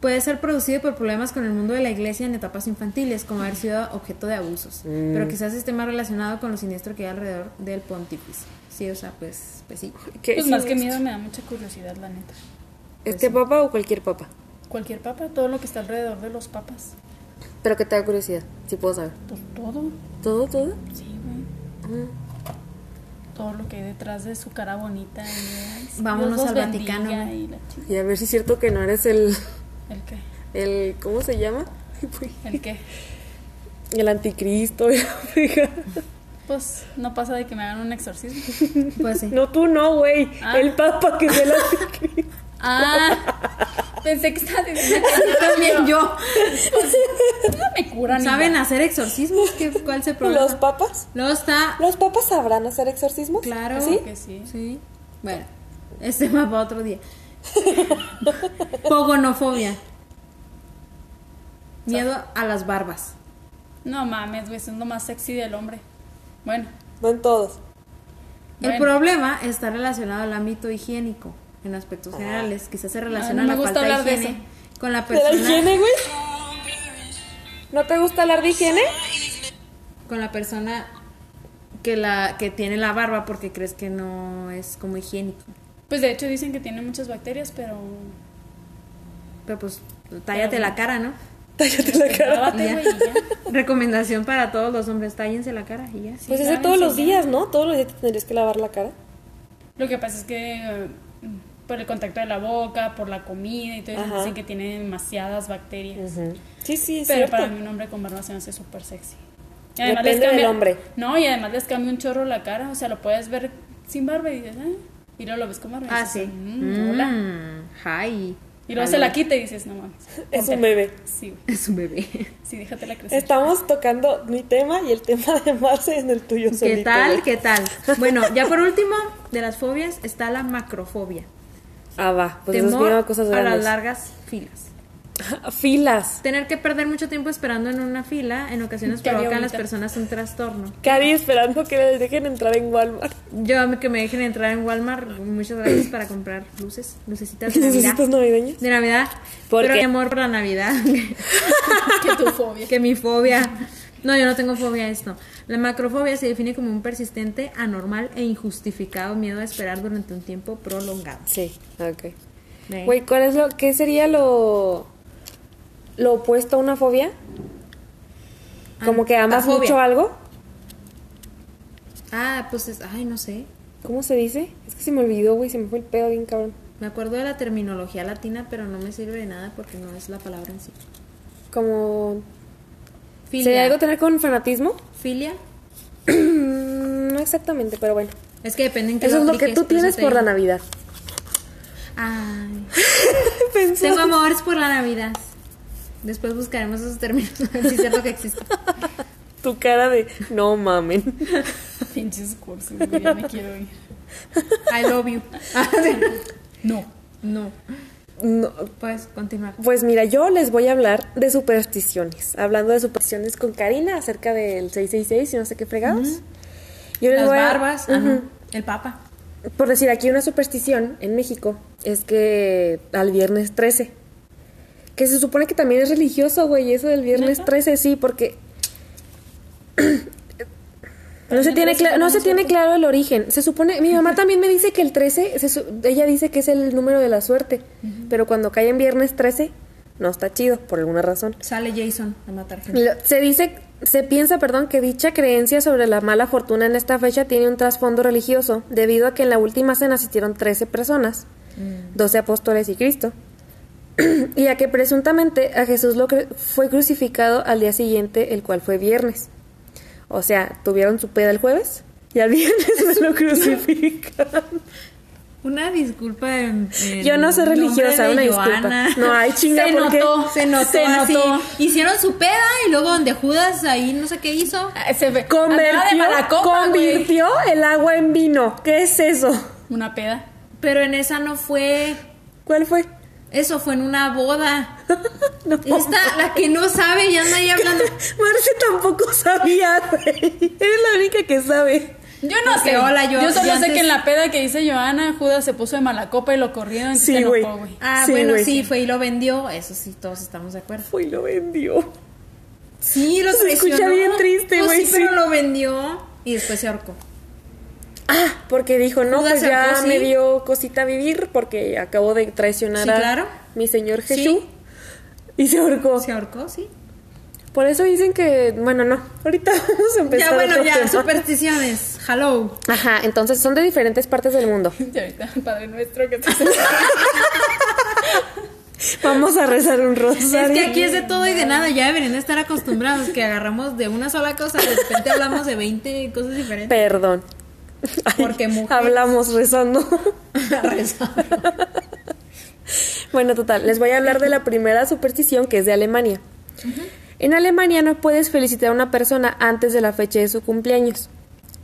Speaker 3: Puede ser producido por problemas con el mundo de la iglesia en etapas infantiles, como haber sido objeto de abusos. Pero quizás esté más relacionado con lo siniestro que hay alrededor del pontífice. Sí, o sea, pues, pues sí.
Speaker 1: Pues más que miedo me da mucha curiosidad, la neta.
Speaker 2: ¿Este papá o cualquier papá?
Speaker 1: Cualquier papa, todo lo que está alrededor de los papas.
Speaker 2: Pero que te da curiosidad, si puedo saber.
Speaker 1: Pues todo.
Speaker 2: ¿Todo, todo?
Speaker 1: Sí, güey. Todo lo que hay detrás de su cara bonita. y, ay, sí,
Speaker 3: Vámonos
Speaker 1: Dios los
Speaker 3: al
Speaker 1: bendiga
Speaker 3: Vaticano, güey.
Speaker 1: y la chi-
Speaker 2: Y a ver si es cierto que no eres el...
Speaker 1: ¿El qué?
Speaker 2: el ¿Cómo se llama?
Speaker 1: ¿El qué?
Speaker 2: El anticristo.
Speaker 1: Pues no pasa de que me hagan un exorcismo.
Speaker 3: Pues sí.
Speaker 2: No, tú no, güey.
Speaker 1: Ah.
Speaker 2: El papa que es el anticristo.
Speaker 1: Ah, pensé que estaba diciendo
Speaker 3: También yo.
Speaker 1: que no me curan.
Speaker 3: ¿Saben
Speaker 1: igual.
Speaker 3: hacer exorcismos? ¿Qué, ¿Cuál se problema?
Speaker 2: ¿Los papas?
Speaker 3: Luego está.
Speaker 2: ¿Los papas sabrán hacer exorcismos?
Speaker 3: Claro.
Speaker 1: ¿Sí? Que sí.
Speaker 3: Sí. Bueno, este mapa otro día. Pogonofobia. Miedo a las barbas.
Speaker 1: No mames, güey, eso es lo más sexy del hombre. Bueno,
Speaker 2: No en todos.
Speaker 3: El
Speaker 1: Bueno.
Speaker 3: problema está relacionado al ámbito higiénico, en aspectos generales. Quizás se relaciona
Speaker 1: Ah, no me
Speaker 3: la
Speaker 1: gusta
Speaker 3: falta de
Speaker 1: hablar de
Speaker 3: higiene con la
Speaker 2: ¿De la
Speaker 3: persona,
Speaker 2: higiene, güey? ¿No te gusta hablar de higiene?
Speaker 3: con la persona que la que tiene la barba porque crees que no es como higiénico.
Speaker 1: pues de hecho dicen que tiene muchas bacterias, pero.
Speaker 3: Pero pues tállate la cara, ¿no?
Speaker 2: Tállate la cara.
Speaker 1: Lávate,
Speaker 3: Ya.
Speaker 1: güey, y ya.
Speaker 3: Recomendación para todos los hombres, tállense la cara y ya.
Speaker 2: Pues es de todos los días, ¿no? Todos los días te tendrías que lavar la cara.
Speaker 1: Lo que pasa es que eh, por el contacto de la boca, por la comida y todo eso,
Speaker 2: Ajá.
Speaker 1: dicen que tiene demasiadas bacterias.
Speaker 2: Sí, sí, es
Speaker 1: Pero
Speaker 2: cierto.
Speaker 1: para mí un hombre con barba se me hace súper sexy. Y
Speaker 2: Depende del hombre.
Speaker 1: No, y además les cambia un chorro la cara. O sea, lo puedes ver sin barba y dices, ah, Y luego lo ves como
Speaker 3: Ah, sí.
Speaker 1: "Mm, hola".
Speaker 2: Mm, hi.
Speaker 1: Y luego se la quita y dices, no mames.
Speaker 5: Es
Speaker 1: ponte-
Speaker 5: un bebé.
Speaker 1: Sí, güey.
Speaker 2: Es un bebé.
Speaker 1: Sí, déjatela crecer.
Speaker 5: Estamos tocando mi tema y el tema de Marce en el tuyo solito, ¿eh?
Speaker 2: ¿Qué tal?
Speaker 5: güey.
Speaker 2: ¿Qué tal? Bueno, ya por último, de las fobias está la macrofobia.
Speaker 5: Ah, va. Pues eso es
Speaker 2: temor
Speaker 5: miedo a cosas
Speaker 2: a las
Speaker 5: grandes.
Speaker 2: largas filas.
Speaker 5: Filas.
Speaker 2: Tener que perder mucho tiempo esperando en una fila en ocasiones
Speaker 1: Qué
Speaker 2: provoca a las
Speaker 1: bonita.
Speaker 2: personas un trastorno.
Speaker 5: Cari esperando que les dejen entrar en Walmart.
Speaker 2: Yo a mí que me dejen entrar en Walmart, muchas gracias para comprar luces, lucecitas
Speaker 3: Pues
Speaker 2: de Navidad.
Speaker 5: ¿Necesitas navideñas?
Speaker 2: De Navidad.
Speaker 5: ¿Por
Speaker 2: Pero
Speaker 5: qué?
Speaker 2: mi amor por la Navidad.
Speaker 1: que tu fobia.
Speaker 2: que mi fobia. No, yo no tengo fobia a esto. La macrofobia se define como un persistente, anormal e injustificado miedo a esperar durante un tiempo prolongado.
Speaker 5: Sí, ok.
Speaker 2: Ve.
Speaker 5: Güey, ¿cuál es lo, qué sería lo, lo opuesto a una fobia? Ah,
Speaker 3: Ah,
Speaker 5: Como que amas
Speaker 3: Antafobia.
Speaker 5: mucho algo.
Speaker 2: Ah, pues es, ay, no sé.
Speaker 5: ¿Cómo se dice? Es que se me olvidó, güey, se me fue el pedo bien cabrón.
Speaker 2: Me acuerdo de la terminología latina, pero no me sirve de nada porque no es la palabra en sí.
Speaker 5: Como... ¿Sería
Speaker 2: Filia.
Speaker 5: algo tener con fanatismo?
Speaker 2: Filia.
Speaker 5: no exactamente, pero bueno.
Speaker 2: Es que depende en qué
Speaker 5: Eso es lo que
Speaker 3: pues
Speaker 2: apliques,
Speaker 5: tú
Speaker 2: por eso
Speaker 5: tienes
Speaker 2: te
Speaker 5: por la
Speaker 2: digo.
Speaker 5: Navidad.
Speaker 2: Ay.
Speaker 5: Pensé-
Speaker 2: Tengo amores por la Navidad. Después buscaremos esos términos a ver si es cierto que existe.
Speaker 5: Tu cara de no mamen.
Speaker 1: Pinches cursos, güey, ya me quiero ir.
Speaker 2: I love you.
Speaker 1: No.
Speaker 2: No.
Speaker 5: No,
Speaker 2: Puedes continuar.
Speaker 5: Pues mira, yo les voy a hablar de supersticiones. Hablando de supersticiones con Karina acerca del 666 y no sé qué fregados. Yo les
Speaker 3: Las
Speaker 5: voy a-
Speaker 3: barbas,
Speaker 5: Ujú.
Speaker 3: ajá, el papa.
Speaker 5: Por decir, aquí una superstición en México es que al viernes 13. Que se supone que también es religioso, güey, eso del viernes 13, sí, porque... No se,
Speaker 1: También
Speaker 5: tiene
Speaker 1: parece
Speaker 5: cla- no
Speaker 1: como
Speaker 5: se tiene
Speaker 1: suerte.
Speaker 5: claro el origen. Se supone, mi mamá también me dice que el 13, se su- ella dice que es el número de la suerte, pero cuando cae en viernes 13, no está chido, por alguna razón.
Speaker 3: Sale Jason a matar gente.
Speaker 5: Lo- Se dice, se piensa, perdón, que dicha creencia sobre la mala fortuna en esta fecha tiene un trasfondo religioso, debido a que en la última cena asistieron 13 personas,
Speaker 1: Mm.
Speaker 5: 12 apóstoles y Cristo, y a que presuntamente a Jesús lo cru- fue crucificado al día siguiente, el cual fue viernes. O sea, tuvieron su peda el jueves y al viernes se lo crucifican.
Speaker 2: Una disculpa. en- en
Speaker 5: Yo no soy
Speaker 2: nombre
Speaker 5: religiosa,
Speaker 2: de
Speaker 5: una
Speaker 2: Joana.
Speaker 5: disculpa. No, ay, chinga,
Speaker 3: se,
Speaker 5: ¿por qué?
Speaker 3: notó, se notó,
Speaker 2: Se
Speaker 3: así.
Speaker 2: notó.
Speaker 3: Hicieron su peda y luego donde Judas ahí no sé qué hizo.
Speaker 1: Se ve. Andaba de
Speaker 5: Convirtió,
Speaker 1: mala copa, güey.
Speaker 5: convirtió el agua en vino. ¿Qué es eso?
Speaker 1: Una peda.
Speaker 3: Pero en esa no fue.
Speaker 5: ¿Cuál fue?
Speaker 3: Eso fue en una boda.
Speaker 5: No.
Speaker 3: Esta, la que no sabe, ya anda ahí hablando.
Speaker 5: Marce tampoco sabía, güey. Eres la única que sabe.
Speaker 1: Yo no
Speaker 3: Porque
Speaker 1: sé.
Speaker 3: hola, yo-
Speaker 1: yo, solo sé
Speaker 3: yo antes-
Speaker 1: que en la peda que dice Joana, Judas se puso de mala copa y lo corrieron. entonces
Speaker 5: Sí,
Speaker 1: se
Speaker 5: güey.
Speaker 1: enojó, güey.
Speaker 3: Ah,
Speaker 5: Sí,
Speaker 3: bueno,
Speaker 5: güey.
Speaker 3: sí, fue y lo vendió. Eso sí, todos estamos de acuerdo.
Speaker 5: Fue y lo vendió.
Speaker 3: Sí, lo
Speaker 5: Se escucha
Speaker 3: traicionó.
Speaker 5: bien triste,
Speaker 3: Pues
Speaker 5: güey,
Speaker 3: Sí, pero
Speaker 5: sí.
Speaker 3: lo vendió y después se ahorcó.
Speaker 5: Ah, porque dijo, no,
Speaker 3: Judas
Speaker 5: pues ya
Speaker 3: Sarkozy.
Speaker 5: me dio cosita vivir porque acabo de traicionar
Speaker 3: Sí,
Speaker 5: a
Speaker 3: claro.
Speaker 5: mi señor
Speaker 3: Sí.
Speaker 5: Jesús. Y se ahorcó.
Speaker 3: Se ahorcó, sí.
Speaker 5: Por eso dicen que, bueno, no, ahorita vamos Pues a empezar.
Speaker 3: Ya, bueno,
Speaker 5: otro
Speaker 3: ya,
Speaker 5: tema.
Speaker 3: supersticiones. Hello.
Speaker 5: Ajá, entonces son de diferentes partes del mundo.
Speaker 1: Y ahorita, Padre nuestro, que te
Speaker 5: Vamos a rezar un rosario.
Speaker 3: Es que aquí es de todo y de nada. Ya deberían de estar acostumbrados que agarramos de una sola cosa. De repente hablamos de 20 cosas diferentes.
Speaker 5: Perdón. Ay,
Speaker 3: Porque mujeres.
Speaker 5: Hablamos rezando. Bueno, total, les voy a hablar de la primera superstición que es de Alemania. En Alemania no puedes felicitar a una persona antes de la fecha de su cumpleaños.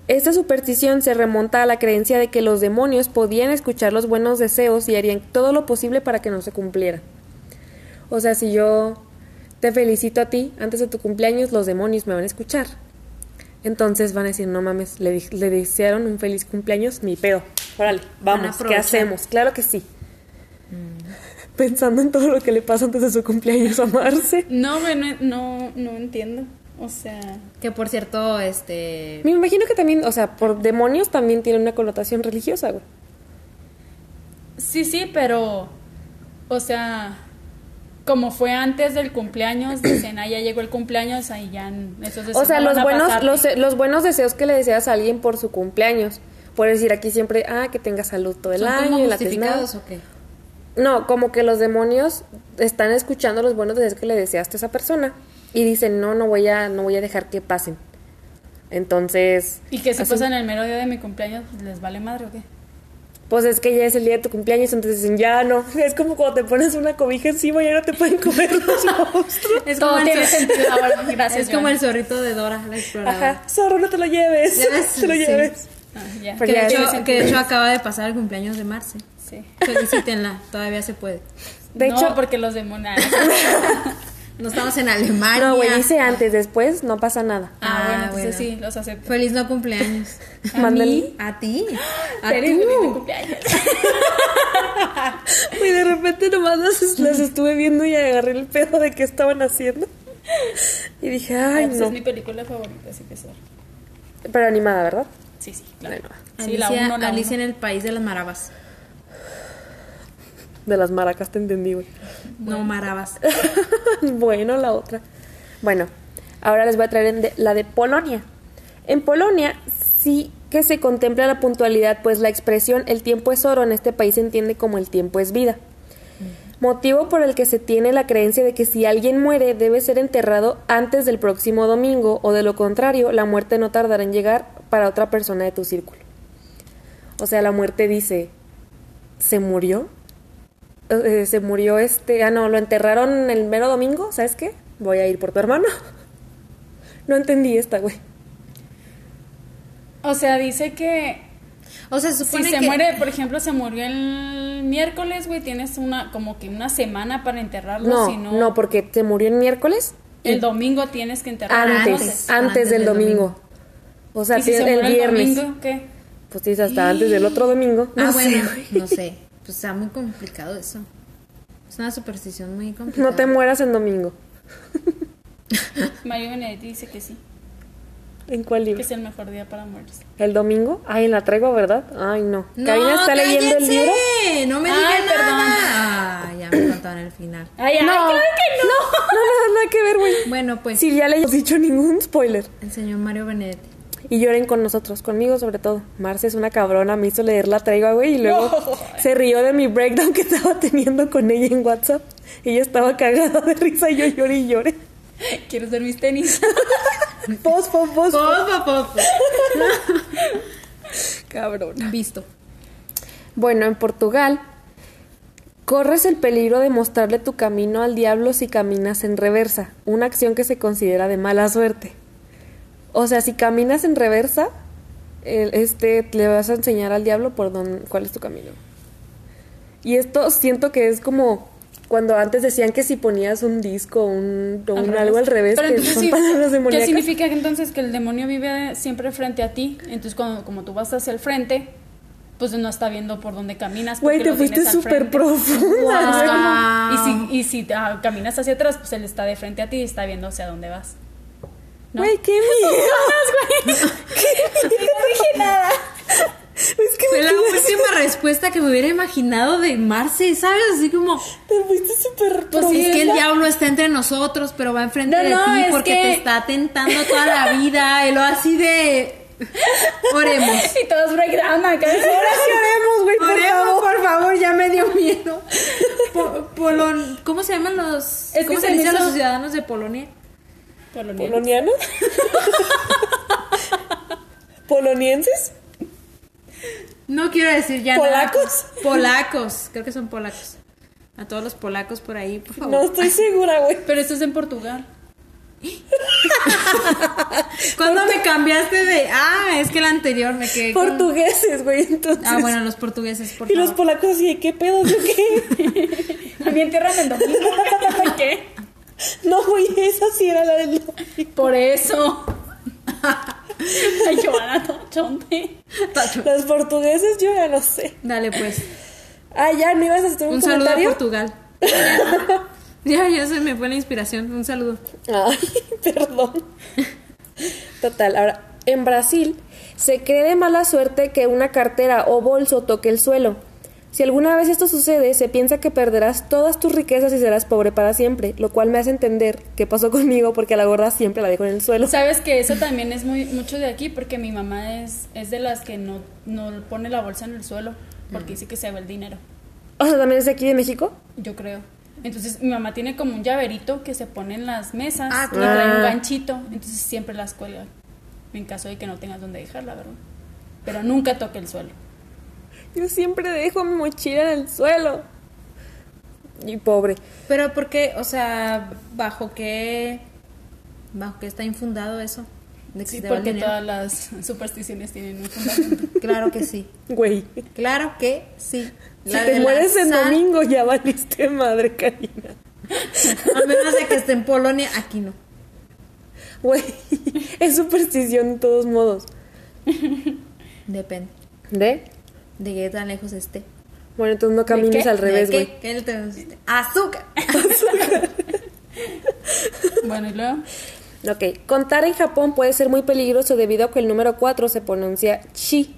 Speaker 5: Esta superstición se remonta a la creencia de que los demonios podían escuchar los buenos deseos y harían todo lo posible para que no se cumpliera. O sea, si yo te felicito a ti antes de tu cumpleaños, los demonios me van a escuchar. Entonces van a decir, no mames, le, di- le desearon un feliz cumpleaños, ni pedo. Órale, vamos, ¿qué
Speaker 3: aprovechar.
Speaker 5: hacemos? Claro que sí. Pensando en todo lo que le pasa antes de su cumpleaños a Marce.
Speaker 1: No, güey, no, no, no entiendo. O sea,
Speaker 3: Que por cierto, este.
Speaker 5: Me imagino que también, o sea, por demonios también tiene una connotación religiosa, güey.
Speaker 1: sí, sí, pero. O sea, como fue antes del cumpleaños, dicen, ah, ya llegó el cumpleaños, ahí ya. n- Esos
Speaker 5: O
Speaker 1: deseos
Speaker 5: sea,
Speaker 1: Pues no
Speaker 5: los
Speaker 1: van a
Speaker 5: buenos,
Speaker 1: pasarte.
Speaker 5: los, eh, los buenos deseos que le deseas a alguien por su cumpleaños. Por decir aquí siempre, ah, que tenga salud todo el
Speaker 3: ¿Son
Speaker 5: año.
Speaker 3: como
Speaker 5: y la tiznada.
Speaker 3: justificados o qué?
Speaker 5: No, como que los demonios están escuchando los buenos deseos que le deseaste a esa persona y dicen, no, no voy a, no voy a dejar que pasen. Entonces,
Speaker 1: Y que si
Speaker 5: así-
Speaker 1: pasan el mero día de mi cumpleaños, ¿les vale madre o qué?
Speaker 5: pues es que ya es el día de tu cumpleaños, entonces dicen, ya no. Es como cuando te pones una cobija encima y ya no te pueden comer los monstruos.
Speaker 3: Es
Speaker 1: Todo
Speaker 3: como,
Speaker 1: tiene
Speaker 3: el, Ah, zor-
Speaker 1: sentido ahora. Gracias.
Speaker 3: es como
Speaker 1: Joana.
Speaker 3: el zorrito de Dora, la exploradora.
Speaker 5: Ajá, zorro, no te lo lleves.
Speaker 3: Ya ves,
Speaker 5: te lo
Speaker 3: sí.
Speaker 5: lleves.
Speaker 1: Ah, ya.
Speaker 3: Que
Speaker 5: Pero
Speaker 3: de,
Speaker 5: ya
Speaker 3: hecho,
Speaker 5: tiene
Speaker 3: que de hecho acaba de pasar el cumpleaños de Marce.
Speaker 1: Sí.
Speaker 3: Felicítenla, todavía se puede.
Speaker 5: De
Speaker 1: no,
Speaker 5: hecho-
Speaker 1: porque los demonios.
Speaker 3: No estamos en Alemania.
Speaker 5: No, güey, hice antes, después no pasa nada.
Speaker 1: Ah,
Speaker 3: Ah,
Speaker 1: bueno, entonces
Speaker 3: bueno.
Speaker 1: sí, los acepto.
Speaker 3: Feliz no cumpleaños.
Speaker 5: ¿A Mándale. mí?
Speaker 3: A ti. A
Speaker 1: Feliz,
Speaker 3: tú.
Speaker 1: feliz de Ah, cumpleaños.
Speaker 5: Y de repente nomás las, las estuve viendo y agarré el pedo de qué estaban haciendo. Y dije, ay,
Speaker 1: Pues
Speaker 5: no.
Speaker 1: Es mi película favorita, así que sorry.
Speaker 5: Pero animada, ¿verdad?
Speaker 1: Sí, sí, claro.
Speaker 5: Bueno.
Speaker 1: Sí,
Speaker 3: Alicia,
Speaker 1: la uno, la
Speaker 3: Alicia
Speaker 1: uno.
Speaker 3: en el país de las marabas.
Speaker 5: De las maracas te entendí, güey.
Speaker 3: No marabas.
Speaker 5: bueno, la otra. Bueno, ahora les voy a traer en de- la de Polonia. En Polonia sí que se contempla la puntualidad, pues la expresión el tiempo es oro en este país se entiende como el tiempo es vida. Motivo por el que se tiene la creencia de que si alguien muere debe ser enterrado antes del próximo domingo o de lo contrario la muerte no tardará en llegar para otra persona de tu círculo. O sea, la muerte dice, ¿se murió? Eh, se murió este, ah no, lo enterraron el mero domingo, ¿sabes qué? Voy a ir por tu hermano. No entendí esta, güey.
Speaker 1: O sea, dice que
Speaker 3: O sea, se
Speaker 1: si
Speaker 3: supone
Speaker 1: se
Speaker 3: que
Speaker 1: muere, pues, por ejemplo, se murió el miércoles, güey, tienes una como que una semana para enterrarlo,
Speaker 5: No,
Speaker 1: si no,
Speaker 5: no, pues, porque se murió el miércoles
Speaker 1: el domingo tienes que enterrarlo.
Speaker 5: antes, antes,
Speaker 3: antes, antes
Speaker 5: del
Speaker 3: del
Speaker 5: domingo. O Ah, sea,
Speaker 1: y si se
Speaker 5: tiene-
Speaker 1: murió
Speaker 5: el viernes.
Speaker 1: domingo, ¿qué?
Speaker 5: Pues dices hasta antes del otro domingo. No
Speaker 3: Ah,
Speaker 5: sé,
Speaker 3: bueno,
Speaker 5: güey.
Speaker 3: no sé. Pues está muy complicado eso. Es una superstición muy complicada.
Speaker 5: No te mueras el domingo.
Speaker 1: Mario Benedetti dice que sí,
Speaker 5: ¿En cuál
Speaker 1: que
Speaker 5: libro?
Speaker 1: es el mejor día para morirse.
Speaker 5: ¿El domingo? Ay, la traigo, ¿verdad? Ay, no.
Speaker 3: No,
Speaker 5: Karina está leyendo el
Speaker 3: cállense,
Speaker 5: libro.
Speaker 3: No me
Speaker 1: Ay,
Speaker 3: digan
Speaker 1: Ah, perdón.
Speaker 3: nada. Ah, ya me contaron el final.
Speaker 1: Ay, ay,
Speaker 5: No,
Speaker 1: claro que no.
Speaker 5: No, nada, nada que ver, güey.
Speaker 3: Bueno, pues
Speaker 5: Si ya le hemos dicho ningún spoiler.
Speaker 3: el señor Mario Benedetti.
Speaker 5: Y lloren con nosotros, conmigo sobre todo. Marce es una cabrona, me hizo leer la tregua, güey, y luego se rió de mi breakdown que estaba teniendo con ella en WhatsApp. Y yo estaba cagada de risa y yo lloré y lloré.
Speaker 1: ¿Quieres ver mis tenis?
Speaker 5: Fosfo, fosfo.
Speaker 3: Pop, pop, pop.
Speaker 5: Cabrona.
Speaker 3: Visto.
Speaker 5: Bueno, en Portugal, corres el peligro de mostrarle tu camino al diablo si caminas en reversa, una acción que se considera de mala suerte. O sea, si caminas en reversa, el- este, le vas a enseñar al diablo por dónde, cuál es tu camino. Y esto siento que es como cuando antes decían que si ponías un disco un, o un algo al revés,
Speaker 1: Pero
Speaker 5: que
Speaker 1: entonces
Speaker 5: son
Speaker 1: sí,
Speaker 5: palabras
Speaker 1: ¿Qué
Speaker 5: demoníacas.
Speaker 1: significa que entonces que el demonio vive siempre frente a ti? Entonces, cuando, como tú vas hacia el frente, pues no está viendo por dónde caminas.
Speaker 5: Güey,
Speaker 1: porque
Speaker 5: te
Speaker 1: lo tienes
Speaker 5: fuiste
Speaker 1: al
Speaker 5: súper
Speaker 1: frente.
Speaker 5: profunda. güey.
Speaker 1: Y si, y si ah, caminas hacia atrás, pues él está de frente a ti y está viendo hacia dónde vas. ¿No?
Speaker 5: Güey, qué miedo. ¿Qué miedo? Es que
Speaker 3: Fue
Speaker 5: me
Speaker 3: la
Speaker 5: quedé-
Speaker 3: última respuesta que me hubiera imaginado de Marce, ¿sabes? Así como,
Speaker 5: te fuiste súper
Speaker 3: pues
Speaker 5: profunda.
Speaker 3: es que el diablo está entre nosotros, pero va enfrente
Speaker 1: No,
Speaker 3: de
Speaker 1: no,
Speaker 3: ti
Speaker 1: es
Speaker 3: porque
Speaker 1: que-
Speaker 3: te está tentando toda la vida. Y lo así de. Oremos.
Speaker 1: Y todos breakdown acá.
Speaker 5: Ahora sí haremos, güey, por
Speaker 3: Oremos,
Speaker 5: favor.
Speaker 3: por favor, ya me dio miedo. Po- polon- ¿Cómo se llaman los.
Speaker 1: Es que
Speaker 3: ¿Cómo se
Speaker 1: se me
Speaker 3: dicen
Speaker 1: hizo-
Speaker 3: los ciudadanos de Polonia?
Speaker 1: Polonianos.
Speaker 5: ¿Polonianos? ¿Polonienses?
Speaker 3: No quiero decir ya
Speaker 5: ¿Polacos?
Speaker 3: nada. Polacos. Creo que son polacos. A todos los polacos por ahí, por favor.
Speaker 5: No estoy segura, güey.
Speaker 1: Pero esto es en Portugal.
Speaker 3: ¿Cuándo me cambiaste de.? Ah, es que el anterior me quedé. con-
Speaker 5: Portugueses, güey, entonces.
Speaker 3: Ah, bueno, los portugueses, por
Speaker 5: Y los
Speaker 3: favor.
Speaker 5: polacos así, de, ¿qué pedo? ¿Yo qué?
Speaker 1: A mí entierran el domingo. ¿Qué?
Speaker 5: No, güey, esa sí era la del...
Speaker 1: Por eso. Ay, Giovanna, todo chonte.
Speaker 3: Tacho.
Speaker 5: Los portugueses, yo ya no sé.
Speaker 3: Dale, pues.
Speaker 5: Ah, ya, ¿me ibas a hacer un,
Speaker 3: Un, saludo a
Speaker 5: comentario?
Speaker 3: Portugal. Ya, ya se me fue la inspiración. Un saludo.
Speaker 5: Ay, perdón. Total, ahora, en Brasil se cree de mala suerte que una cartera o bolso toque el suelo. Si alguna vez esto sucede, se piensa que perderás todas tus riquezas y serás pobre para siempre, lo cual me hace entender qué pasó conmigo porque a la gorda siempre la dejo en el suelo.
Speaker 1: Sabes que eso también es muy mucho de aquí porque mi mamá es, es de las que no, no pone la bolsa en el suelo porque
Speaker 3: Mm.
Speaker 1: dice que se va el dinero,
Speaker 5: O sea, también es de aquí de México.
Speaker 1: yo creo. Entonces mi mamá tiene como un llaverito que se pone en las mesas
Speaker 3: Ah,
Speaker 1: y trae
Speaker 5: claro.
Speaker 1: un ganchito, entonces siempre las cuelga en caso de que no tengas donde dejarla, ¿verdad? Pero nunca toque el suelo.
Speaker 5: Yo siempre dejo mi mochila en el suelo. Y pobre.
Speaker 3: Pero porque, o sea, bajo qué, bajo qué está infundado eso. De que
Speaker 1: Sí,
Speaker 3: se te va el
Speaker 1: porque
Speaker 3: dinero.
Speaker 1: todas las supersticiones tienen un fundamento.
Speaker 3: Claro que sí.
Speaker 5: Güey.
Speaker 3: Claro que sí.
Speaker 5: Si
Speaker 3: La
Speaker 5: te
Speaker 3: de la
Speaker 5: mueres en
Speaker 3: sal-
Speaker 5: domingo, ya valiste madre, Karina.
Speaker 3: A menos de que esté en Polonia, aquí no.
Speaker 5: Güey. Es superstición de todos modos.
Speaker 3: Depende
Speaker 5: ¿De?
Speaker 3: de qué tan lejos esté.
Speaker 5: Bueno, entonces no camines
Speaker 1: qué?
Speaker 5: al revés,
Speaker 3: ¿De qué?
Speaker 5: güey.
Speaker 3: ¿Qué le tenemos? Azúcar.
Speaker 1: Bueno, y luego.
Speaker 5: Ok. Contar en Japón puede ser muy peligroso debido a que el número 4 se pronuncia chi.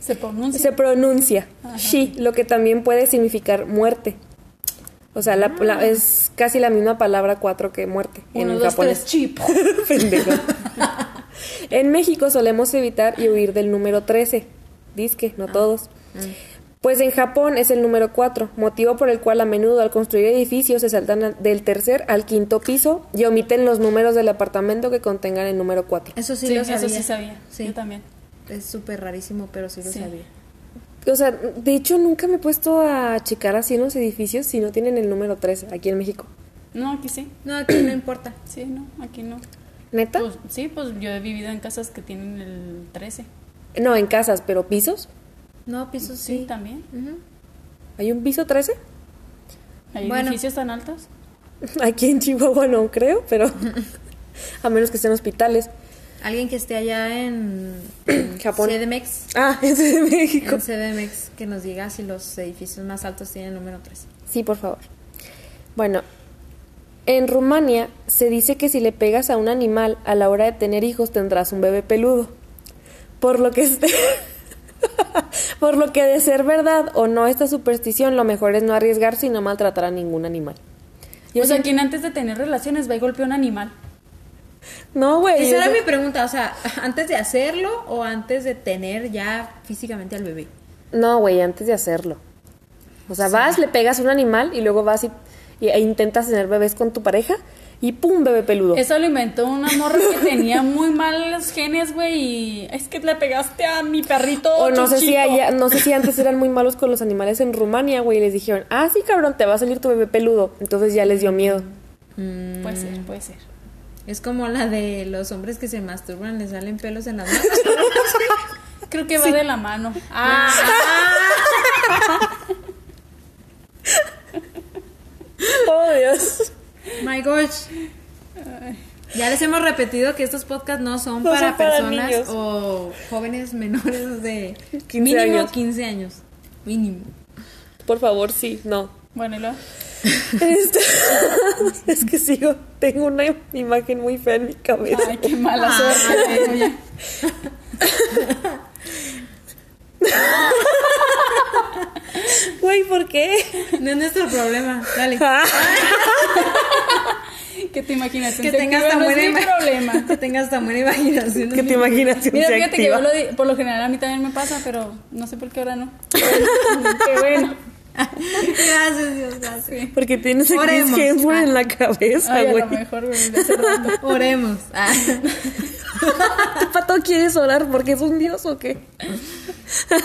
Speaker 1: Se pronuncia.
Speaker 5: Se pronuncia shi, lo que también puede significar muerte. O sea, la- la- es casi la misma palabra cuatro que muerte
Speaker 1: Ah. Uno,
Speaker 5: en
Speaker 1: dos,
Speaker 5: japonés.
Speaker 1: tres, chip.
Speaker 5: Pendejo. en México solemos evitar y huir del número 13. Disque, no todos. Pues en Japón es el número 4, motivo por el cual a menudo al construir edificios se saltan al- del tercer al quinto piso y omiten los números del apartamento que contengan el número 4.
Speaker 3: Eso sí,
Speaker 1: Sí,
Speaker 3: lo sabía.
Speaker 1: eso sí sabía.
Speaker 3: Sí.
Speaker 1: Yo también.
Speaker 3: Es súper rarísimo, pero sí lo
Speaker 1: Sí.
Speaker 3: sabía.
Speaker 5: O sea, de hecho nunca me he puesto a checar así en los edificios si no tienen el número 13 aquí en México.
Speaker 1: No, aquí sí.
Speaker 3: No, aquí no importa.
Speaker 1: Sí, no, aquí no.
Speaker 5: ¿Neta?
Speaker 1: Pues, sí, pues yo he vivido en casas que tienen el 13.
Speaker 5: No, en casas, pero pisos.
Speaker 3: No, piso sí.
Speaker 1: Sí, también.
Speaker 3: Ujú.
Speaker 5: ¿Hay un piso 13?
Speaker 1: ¿Hay
Speaker 3: Bueno.
Speaker 1: edificios tan altos?
Speaker 5: Aquí en Chihuahua no creo, pero a menos que sean hospitales.
Speaker 3: Alguien que esté allá en,
Speaker 5: Japón.
Speaker 3: CDMX.
Speaker 5: Ah, es de México.
Speaker 3: En CDMX, que nos diga si los edificios más altos tienen número 3.
Speaker 5: Sí, por favor. Bueno, en Rumania se dice que si le pegas a un animal a la hora de tener hijos tendrás un bebé peludo. Por lo que es- por lo que de ser verdad o no esta superstición, lo mejor es no arriesgarse y no maltratar a ningún animal. Yo
Speaker 1: o sea,
Speaker 5: sé-
Speaker 1: quien Pues antes de tener relaciones va y golpea a un animal.
Speaker 5: No, güey.
Speaker 3: Esa era
Speaker 5: eso-
Speaker 3: mi pregunta, o sea, antes de hacerlo o antes de tener ya físicamente al bebé.
Speaker 5: No, güey, antes de hacerlo. O sea, vas, le pegas a un animal y luego vas y, y- e intentas tener bebés con tu pareja y ¡pum! bebé peludo.
Speaker 1: Eso lo inventó una morra que tenía muy malos genes, güey. Y es que le pegaste a mi perrito.
Speaker 5: O no sé, si
Speaker 1: chuchito".
Speaker 5: allá- no sé si antes eran muy malos con los animales en Rumania, güey, y les dijeron, ah, sí, cabrón, te va a salir tu bebé peludo. Entonces ya les dio miedo.
Speaker 1: Puede ser, puede ser.
Speaker 3: Mm, Es como la de los hombres que se masturban, les salen pelos en las manos.
Speaker 1: Creo que va de la mano. Ah,
Speaker 5: Oh, Dios.
Speaker 3: My gosh. Ya les hemos repetido que estos podcasts no son
Speaker 5: No son
Speaker 3: para
Speaker 5: para
Speaker 3: personas
Speaker 5: niños.
Speaker 3: o jóvenes menores de
Speaker 5: 15
Speaker 3: mínimo
Speaker 5: años.
Speaker 3: 15 años. Mínimo.
Speaker 5: Por favor, sí, no.
Speaker 1: bueno, y luego.
Speaker 5: Este- es que sigo, tengo una imagen muy fea en mi cabeza.
Speaker 1: Ay, qué mala
Speaker 3: Ah.
Speaker 1: suerte. güey.
Speaker 5: Güey, ¿por qué?
Speaker 3: No es nuestro problema. Dale.
Speaker 1: Que te imaginas?
Speaker 3: Que tengas tan buena
Speaker 1: no es mi
Speaker 3: ima-
Speaker 1: problema.
Speaker 3: Que tengas tan buena imaginación.
Speaker 5: que tu imaginación
Speaker 1: Mira,
Speaker 5: se
Speaker 1: fíjate que
Speaker 5: activa.
Speaker 1: yo lo di- por lo general a mí también me pasa, pero no sé por qué ahora no. qué bueno.
Speaker 3: Gracias, Dios, gracias.
Speaker 5: Porque tienes a Chris
Speaker 3: Oremos.
Speaker 5: Hemsworth en la cabeza,
Speaker 1: Ay, a
Speaker 5: güey.
Speaker 1: lo mejor, güey, de hace rato.
Speaker 3: Oremos. Ah.
Speaker 5: ¿Tú, Ah, pato, quieres orar porque es un dios o qué?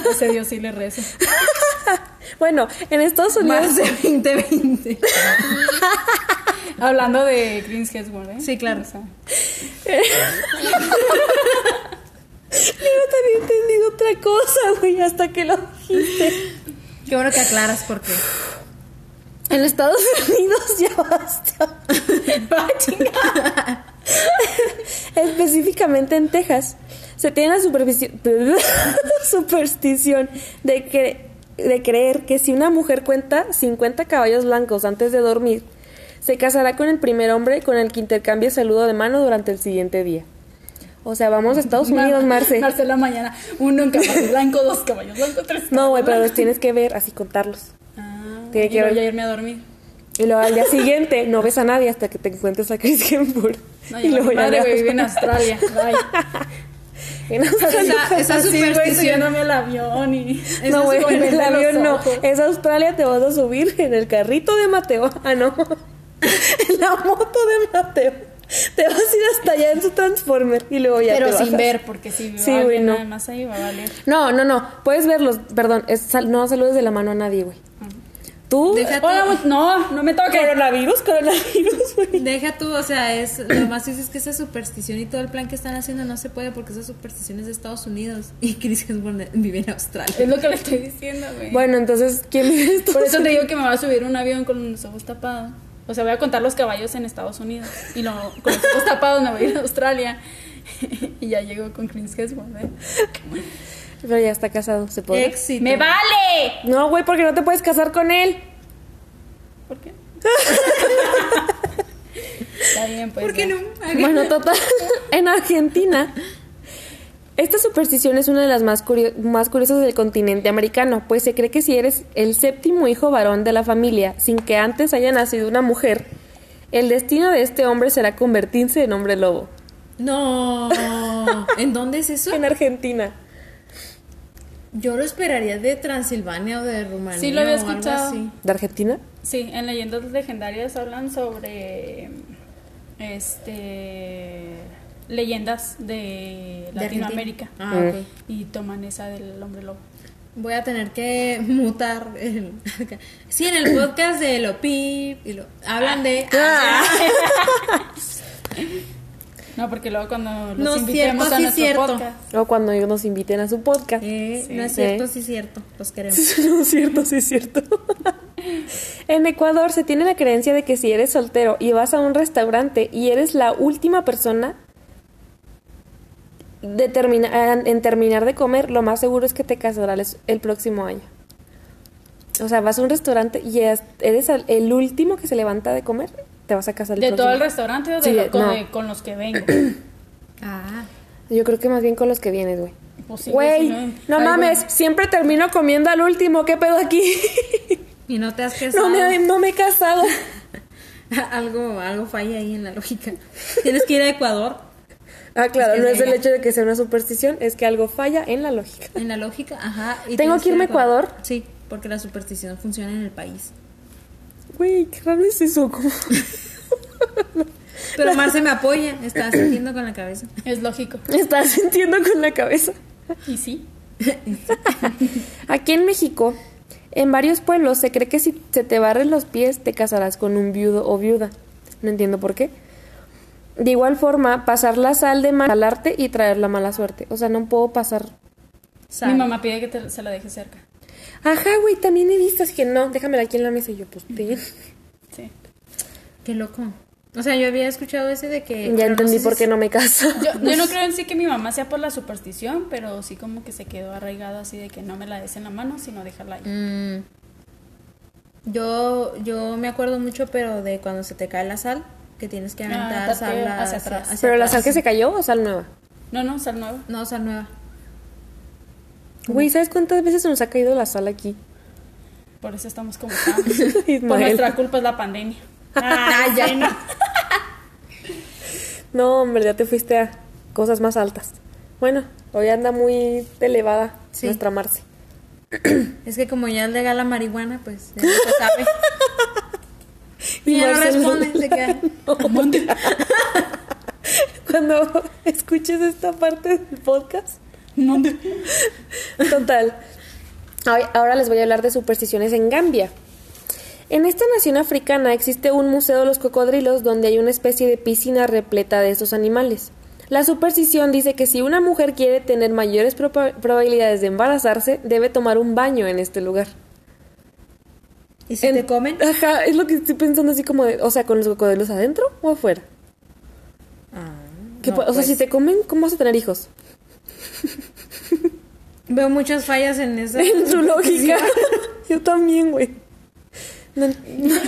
Speaker 1: Ese Dios sí le rezo.
Speaker 5: Bueno, en Estados Unidos...
Speaker 3: Más de 2020.
Speaker 1: Hablando de Chris Hemsworth, ¿eh?
Speaker 3: Sí, claro.
Speaker 1: O sea,
Speaker 5: Yo también he entendido otra cosa, güey, hasta que lo dijiste.
Speaker 3: Qué bueno que aclaras por qué.
Speaker 5: En Estados Unidos ya basta. Ah, chinga. Específicamente en Texas, se tiene la supervisi- superstición de, que, de creer que si una mujer cuenta 50 caballos blancos antes de dormir, se casará con el primer hombre con el que intercambie saludo de mano durante el siguiente día. O sea, vamos a Estados Unidos, Marce.
Speaker 1: Marcela mañana, uno en caballo blanco, dos caballos blancos, tres.
Speaker 5: No, güey, pero los tienes que ver, así contarlos.
Speaker 1: Ah,
Speaker 5: Tiene que
Speaker 1: y luego
Speaker 5: ver-
Speaker 1: ya irme a dormir.
Speaker 5: Y luego al día siguiente no ves a nadie hasta que te encuentres a Chris Hemsworth.
Speaker 1: No,
Speaker 5: y
Speaker 1: ya
Speaker 5: luego
Speaker 1: mi madre,
Speaker 5: le-
Speaker 1: güey, vive en Australia. Bye.
Speaker 5: En Australia.
Speaker 3: Esa, esa
Speaker 1: Así, güey,
Speaker 3: superstición.
Speaker 1: subiéndome al avión y...
Speaker 5: No, güey, en el
Speaker 1: los
Speaker 5: avión no. Eh,
Speaker 1: ojos.
Speaker 5: Es Australia, te vas a subir en el carrito de Mateo. Ah, no. En la moto de Mateo. Te vas a ir hasta allá en su Transformer y luego ya
Speaker 1: Pero
Speaker 5: te
Speaker 1: sin
Speaker 5: bajas.
Speaker 1: ver, porque si veo
Speaker 5: Sí,
Speaker 1: a
Speaker 5: güey,
Speaker 1: alguien
Speaker 5: no.
Speaker 1: nada más ahí va a valer.
Speaker 5: No, no, no. Puedes verlos. Perdón, es sal- no saludes de la mano a nadie, güey. Tú.
Speaker 3: Deja tú,
Speaker 1: Hola, mu- pues, no, no me toques.
Speaker 5: Coronavirus, coronavirus, güey.
Speaker 3: deja tú, o sea, es lo más triste es que esa superstición y todo el plan que están haciendo no se puede porque esa superstición es de Estados Unidos y Chris Hemsworth vive en Australia.
Speaker 1: Es lo que le estoy diciendo, güey.
Speaker 5: Bueno, entonces, ¿quién vive esto?
Speaker 1: Por eso te digo que me va a subir un avión con los ojos tapados. O sea, voy a contar los caballos en Estados Unidos. Y no, con los ojos tapados me voy a ir a Australia. y ya llego con Chris Hemsworth. ¿eh?
Speaker 5: Pero ya está casado, se puede.
Speaker 3: Éxito.
Speaker 1: ¡Me vale!
Speaker 5: No, güey, porque no te puedes casar con él.
Speaker 1: ¿Por qué? Está bien, pues.
Speaker 3: ¿Por qué
Speaker 1: ya.
Speaker 3: no?
Speaker 5: Bueno, total, en Argentina. Esta superstición es una de las más, curio- más curiosas del continente americano, pues se cree que si eres el séptimo hijo varón de la familia, sin que antes haya nacido una mujer, el destino de este hombre será convertirse en hombre lobo.
Speaker 3: No. ¿En dónde es eso?
Speaker 5: En Argentina.
Speaker 3: Yo lo esperaría de Transilvania o de Rumania.
Speaker 1: Sí, lo había
Speaker 3: o algo
Speaker 1: escuchado.
Speaker 3: así.
Speaker 5: ¿De Argentina?
Speaker 1: Sí, en leyendas legendarias hablan sobre este leyendas de
Speaker 3: De
Speaker 1: Latinoamérica
Speaker 3: Argentina. Ah,
Speaker 5: Eh.
Speaker 3: ok.
Speaker 1: y toman esa del hombre lobo.
Speaker 3: Voy a tener que mutar. el- Sí, en el podcast de lo pip y lo hablan de
Speaker 5: Ah.
Speaker 3: Ah,
Speaker 1: No, porque luego cuando los
Speaker 3: No es
Speaker 1: invitemos
Speaker 3: cierto,
Speaker 1: a
Speaker 3: sí
Speaker 1: nuestro
Speaker 3: cierto.
Speaker 1: podcast.
Speaker 5: O cuando nos inviten a su podcast.
Speaker 3: Eh,
Speaker 1: Sí.
Speaker 3: no es
Speaker 5: Sí.
Speaker 3: cierto, sí es cierto, los queremos.
Speaker 5: No es cierto, Ah. sí es cierto. en Ecuador se tiene la creencia de que si eres soltero y vas a un restaurante y eres la última persona de termina- en terminar de comer, lo más seguro es que te casarás el próximo año. O sea, vas a un restaurante y es- eres al- el último que se levanta de comer, te vas a casar el
Speaker 1: De
Speaker 5: próximo
Speaker 1: todo el
Speaker 5: año.
Speaker 1: restaurante o de
Speaker 5: Sí,
Speaker 1: lo- con,
Speaker 5: no.
Speaker 1: de- con los que vengo.
Speaker 3: Ah,
Speaker 5: Yo creo que más bien con los que vienes, güey.
Speaker 1: Pues sí,
Speaker 5: Güey,
Speaker 1: sí,
Speaker 5: no
Speaker 1: Ay,
Speaker 5: mames, siempre termino comiendo al último, ¿qué pedo aquí?
Speaker 3: y no te has casado.
Speaker 5: no, me, no me he casado.
Speaker 3: algo, algo falla ahí en la lógica. Tienes que ir a Ecuador.
Speaker 5: Ah, claro,
Speaker 3: Es que
Speaker 5: no es el
Speaker 3: venga.
Speaker 5: hecho de que sea una superstición, es que algo falla en la lógica.
Speaker 3: En la lógica, ajá. y
Speaker 5: ¿Tengo
Speaker 3: tienes
Speaker 5: que irme a Ecuador?
Speaker 3: Sí, porque la superstición funciona en el país.
Speaker 5: Güey, qué raro es eso. ¿cómo?
Speaker 3: Pero Marce me apoya, está sintiendo con la cabeza.
Speaker 1: no. Es lógico.
Speaker 5: Estás sintiendo con la cabeza.
Speaker 1: Y sí.
Speaker 5: Aquí en México, en varios pueblos se cree que si se te barren los pies te casarás con un viudo o viuda. No entiendo por qué. De igual forma, pasar la sal de mal- malarte y traer la mala suerte. O sea, no puedo pasar.
Speaker 3: Sal.
Speaker 1: Mi mamá pide que te- se la deje cerca.
Speaker 5: Ajá, güey, también he visto así que no, déjamela aquí en la mesa y yo, pues, ten.
Speaker 1: Sí.
Speaker 3: Qué loco. O sea, yo había escuchado ese de que.
Speaker 5: ya
Speaker 3: pero no
Speaker 5: entendí
Speaker 3: sé
Speaker 5: por
Speaker 3: si-
Speaker 5: qué no me caso.
Speaker 1: Yo, yo no creo en sí que mi mamá sea por la superstición, pero sí como que se quedó arraigado así de que no me la des en la mano, sino dejarla ahí.
Speaker 3: Mm. Yo, yo me acuerdo mucho, pero de cuando se te cae la sal, que tienes que
Speaker 1: Ah,
Speaker 3: aventar
Speaker 1: tapeo
Speaker 3: sal
Speaker 1: hacia
Speaker 3: hacia-
Speaker 1: atrás.
Speaker 3: hacia
Speaker 5: Pero la
Speaker 3: atrás.
Speaker 5: sal que se cayó o sal nueva.
Speaker 1: No, no, sal nueva.
Speaker 3: No, sal nueva.
Speaker 5: Güey, ¿sabes cuántas veces se nos ha caído la sal aquí?
Speaker 1: Por eso estamos como estamos. Por
Speaker 5: Ismael.
Speaker 1: Pues nuestra culpa es la pandemia. Ah, ya no.
Speaker 5: No, hombre, ya te fuiste a cosas más altas. Bueno, hoy anda muy elevada
Speaker 3: Sí.
Speaker 5: nuestra Marce.
Speaker 3: Es que como ya es legal la marihuana, pues ya no se sabe. Y ya no
Speaker 5: Marce
Speaker 3: responde, se queda.
Speaker 5: Cuando escuches esta parte del podcast,
Speaker 1: ¿Dónde?
Speaker 5: total. Ay, Ahora les voy a hablar de supersticiones en Gambia. En esta nación africana existe un museo de los cocodrilos donde hay una especie de piscina repleta de estos animales. La superstición dice que si una mujer quiere tener mayores proba- probabilidades de embarazarse, debe tomar un baño en este lugar.
Speaker 3: ¿Y si
Speaker 5: En-
Speaker 3: te comen?
Speaker 5: Ajá, es lo que estoy pensando así como de, o sea, con los cocodrilos adentro o afuera. ¿Qué
Speaker 3: No,
Speaker 5: pa- o sea,
Speaker 3: pues.
Speaker 5: si te comen, ¿cómo vas a tener hijos?
Speaker 3: Veo muchas fallas en eso.
Speaker 5: En
Speaker 1: pues,
Speaker 5: su lógica. Yo también, güey. No,